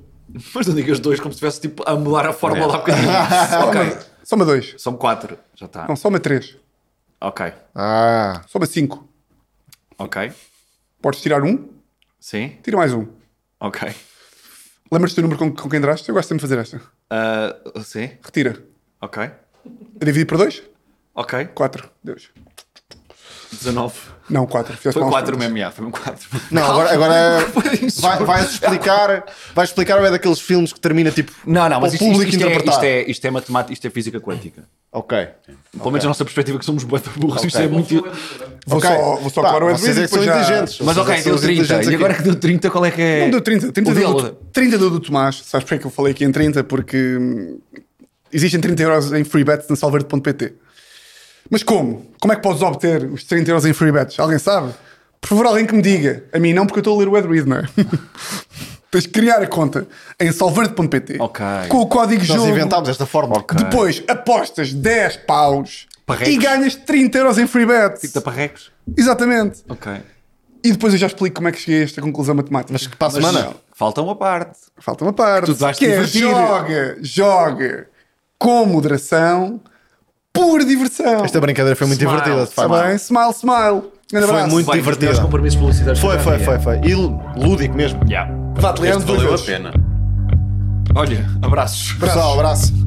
S2: Mas não digas dois como se estivesse tipo, a mudar a fórmula há bocadinho. ok.
S1: Soma 2.
S2: São quatro. Já está.
S1: Não, soma 3.
S2: Ok.
S3: Ah.
S1: Soma 5.
S2: Ok.
S1: Podes tirar 1, um,
S2: Sim.
S1: tira mais 1. Um.
S2: Ok.
S1: Lembras-te do número com, com que entraste? Eu gosto sempre de fazer esta.
S2: Ah, sim.
S1: Retira.
S2: Ok.
S1: A dividir por 2?
S2: Ok.
S1: 4. Deus.
S2: 19.
S1: Não, 4.
S2: Foi 4 mesmo, já. Foi um 4.
S3: Não, agora, agora vai, vais explicar. Vais explicar ou é daqueles filmes que termina tipo.
S2: Não, não, mas
S3: para o
S2: isto,
S3: público
S2: isto, isto, é,
S3: interpretar.
S2: isto, é, isto é matemática, isto é física quântica.
S3: Ok.
S2: Pelo menos a nossa perspectiva é que somos bué de burros, isto é muito...
S1: Vou
S3: Ok.
S1: só, vou só
S3: Pá,
S1: colar o
S3: Vocês
S1: Edwin
S3: é
S1: e
S3: que são
S1: depois já-
S3: inteligentes.
S2: Mas
S3: Vocês é
S2: ok,
S3: que são
S2: deu
S3: os
S2: 30.
S3: inteligentes
S2: E
S3: aqui.
S2: agora que deu 30, qual é que é...
S1: Não deu 30. 30
S2: O
S1: deu,
S2: dele.
S1: do, 30 deu do Tomás. Sabes porquê que eu falei aqui em 30? Porque hum, existem 30 euros em free bets na salverde.pt. Mas como? Como é que podes obter os 30 euros em free bets? Alguém sabe? Por favor, alguém que me diga. A mim não, porque eu estou a ler o Ed Reed, não é? Tens de criar a conta em solverde.pt
S2: Ok.
S1: com o código
S3: Nós
S1: jogo.
S3: inventámos esta forma.
S1: Depois apostas 10 paus
S2: Parrecos.
S1: e ganhas 30 euros em free bets.
S2: Da Parrecos?
S1: Exatamente.
S2: Ok.
S1: E depois eu já explico como é que cheguei a esta conclusão matemática.
S3: Mas que para a semana?
S2: Falta uma parte.
S1: Falta uma parte.
S2: tu te vais
S1: que é,
S2: divertir.
S1: joga, joga com moderação, por diversão.
S3: Esta brincadeira foi muito
S2: Smile, Tá
S3: divertida, de
S1: Está
S3: facto.
S1: bem? Smile, smile. Um grande
S3: Foi
S1: abraço.
S3: muito
S2: Vai,
S3: divertida.
S2: os compromissos publicitários.
S3: Foi,
S2: que
S3: foi,
S2: já
S3: foi, foi. E lúdico mesmo.
S2: tinha. Yeah.
S1: Vá-te, Leandro,
S4: Valeu a
S1: dois.
S4: pena.
S2: Olha, abraços.
S3: Pessoal, abraço.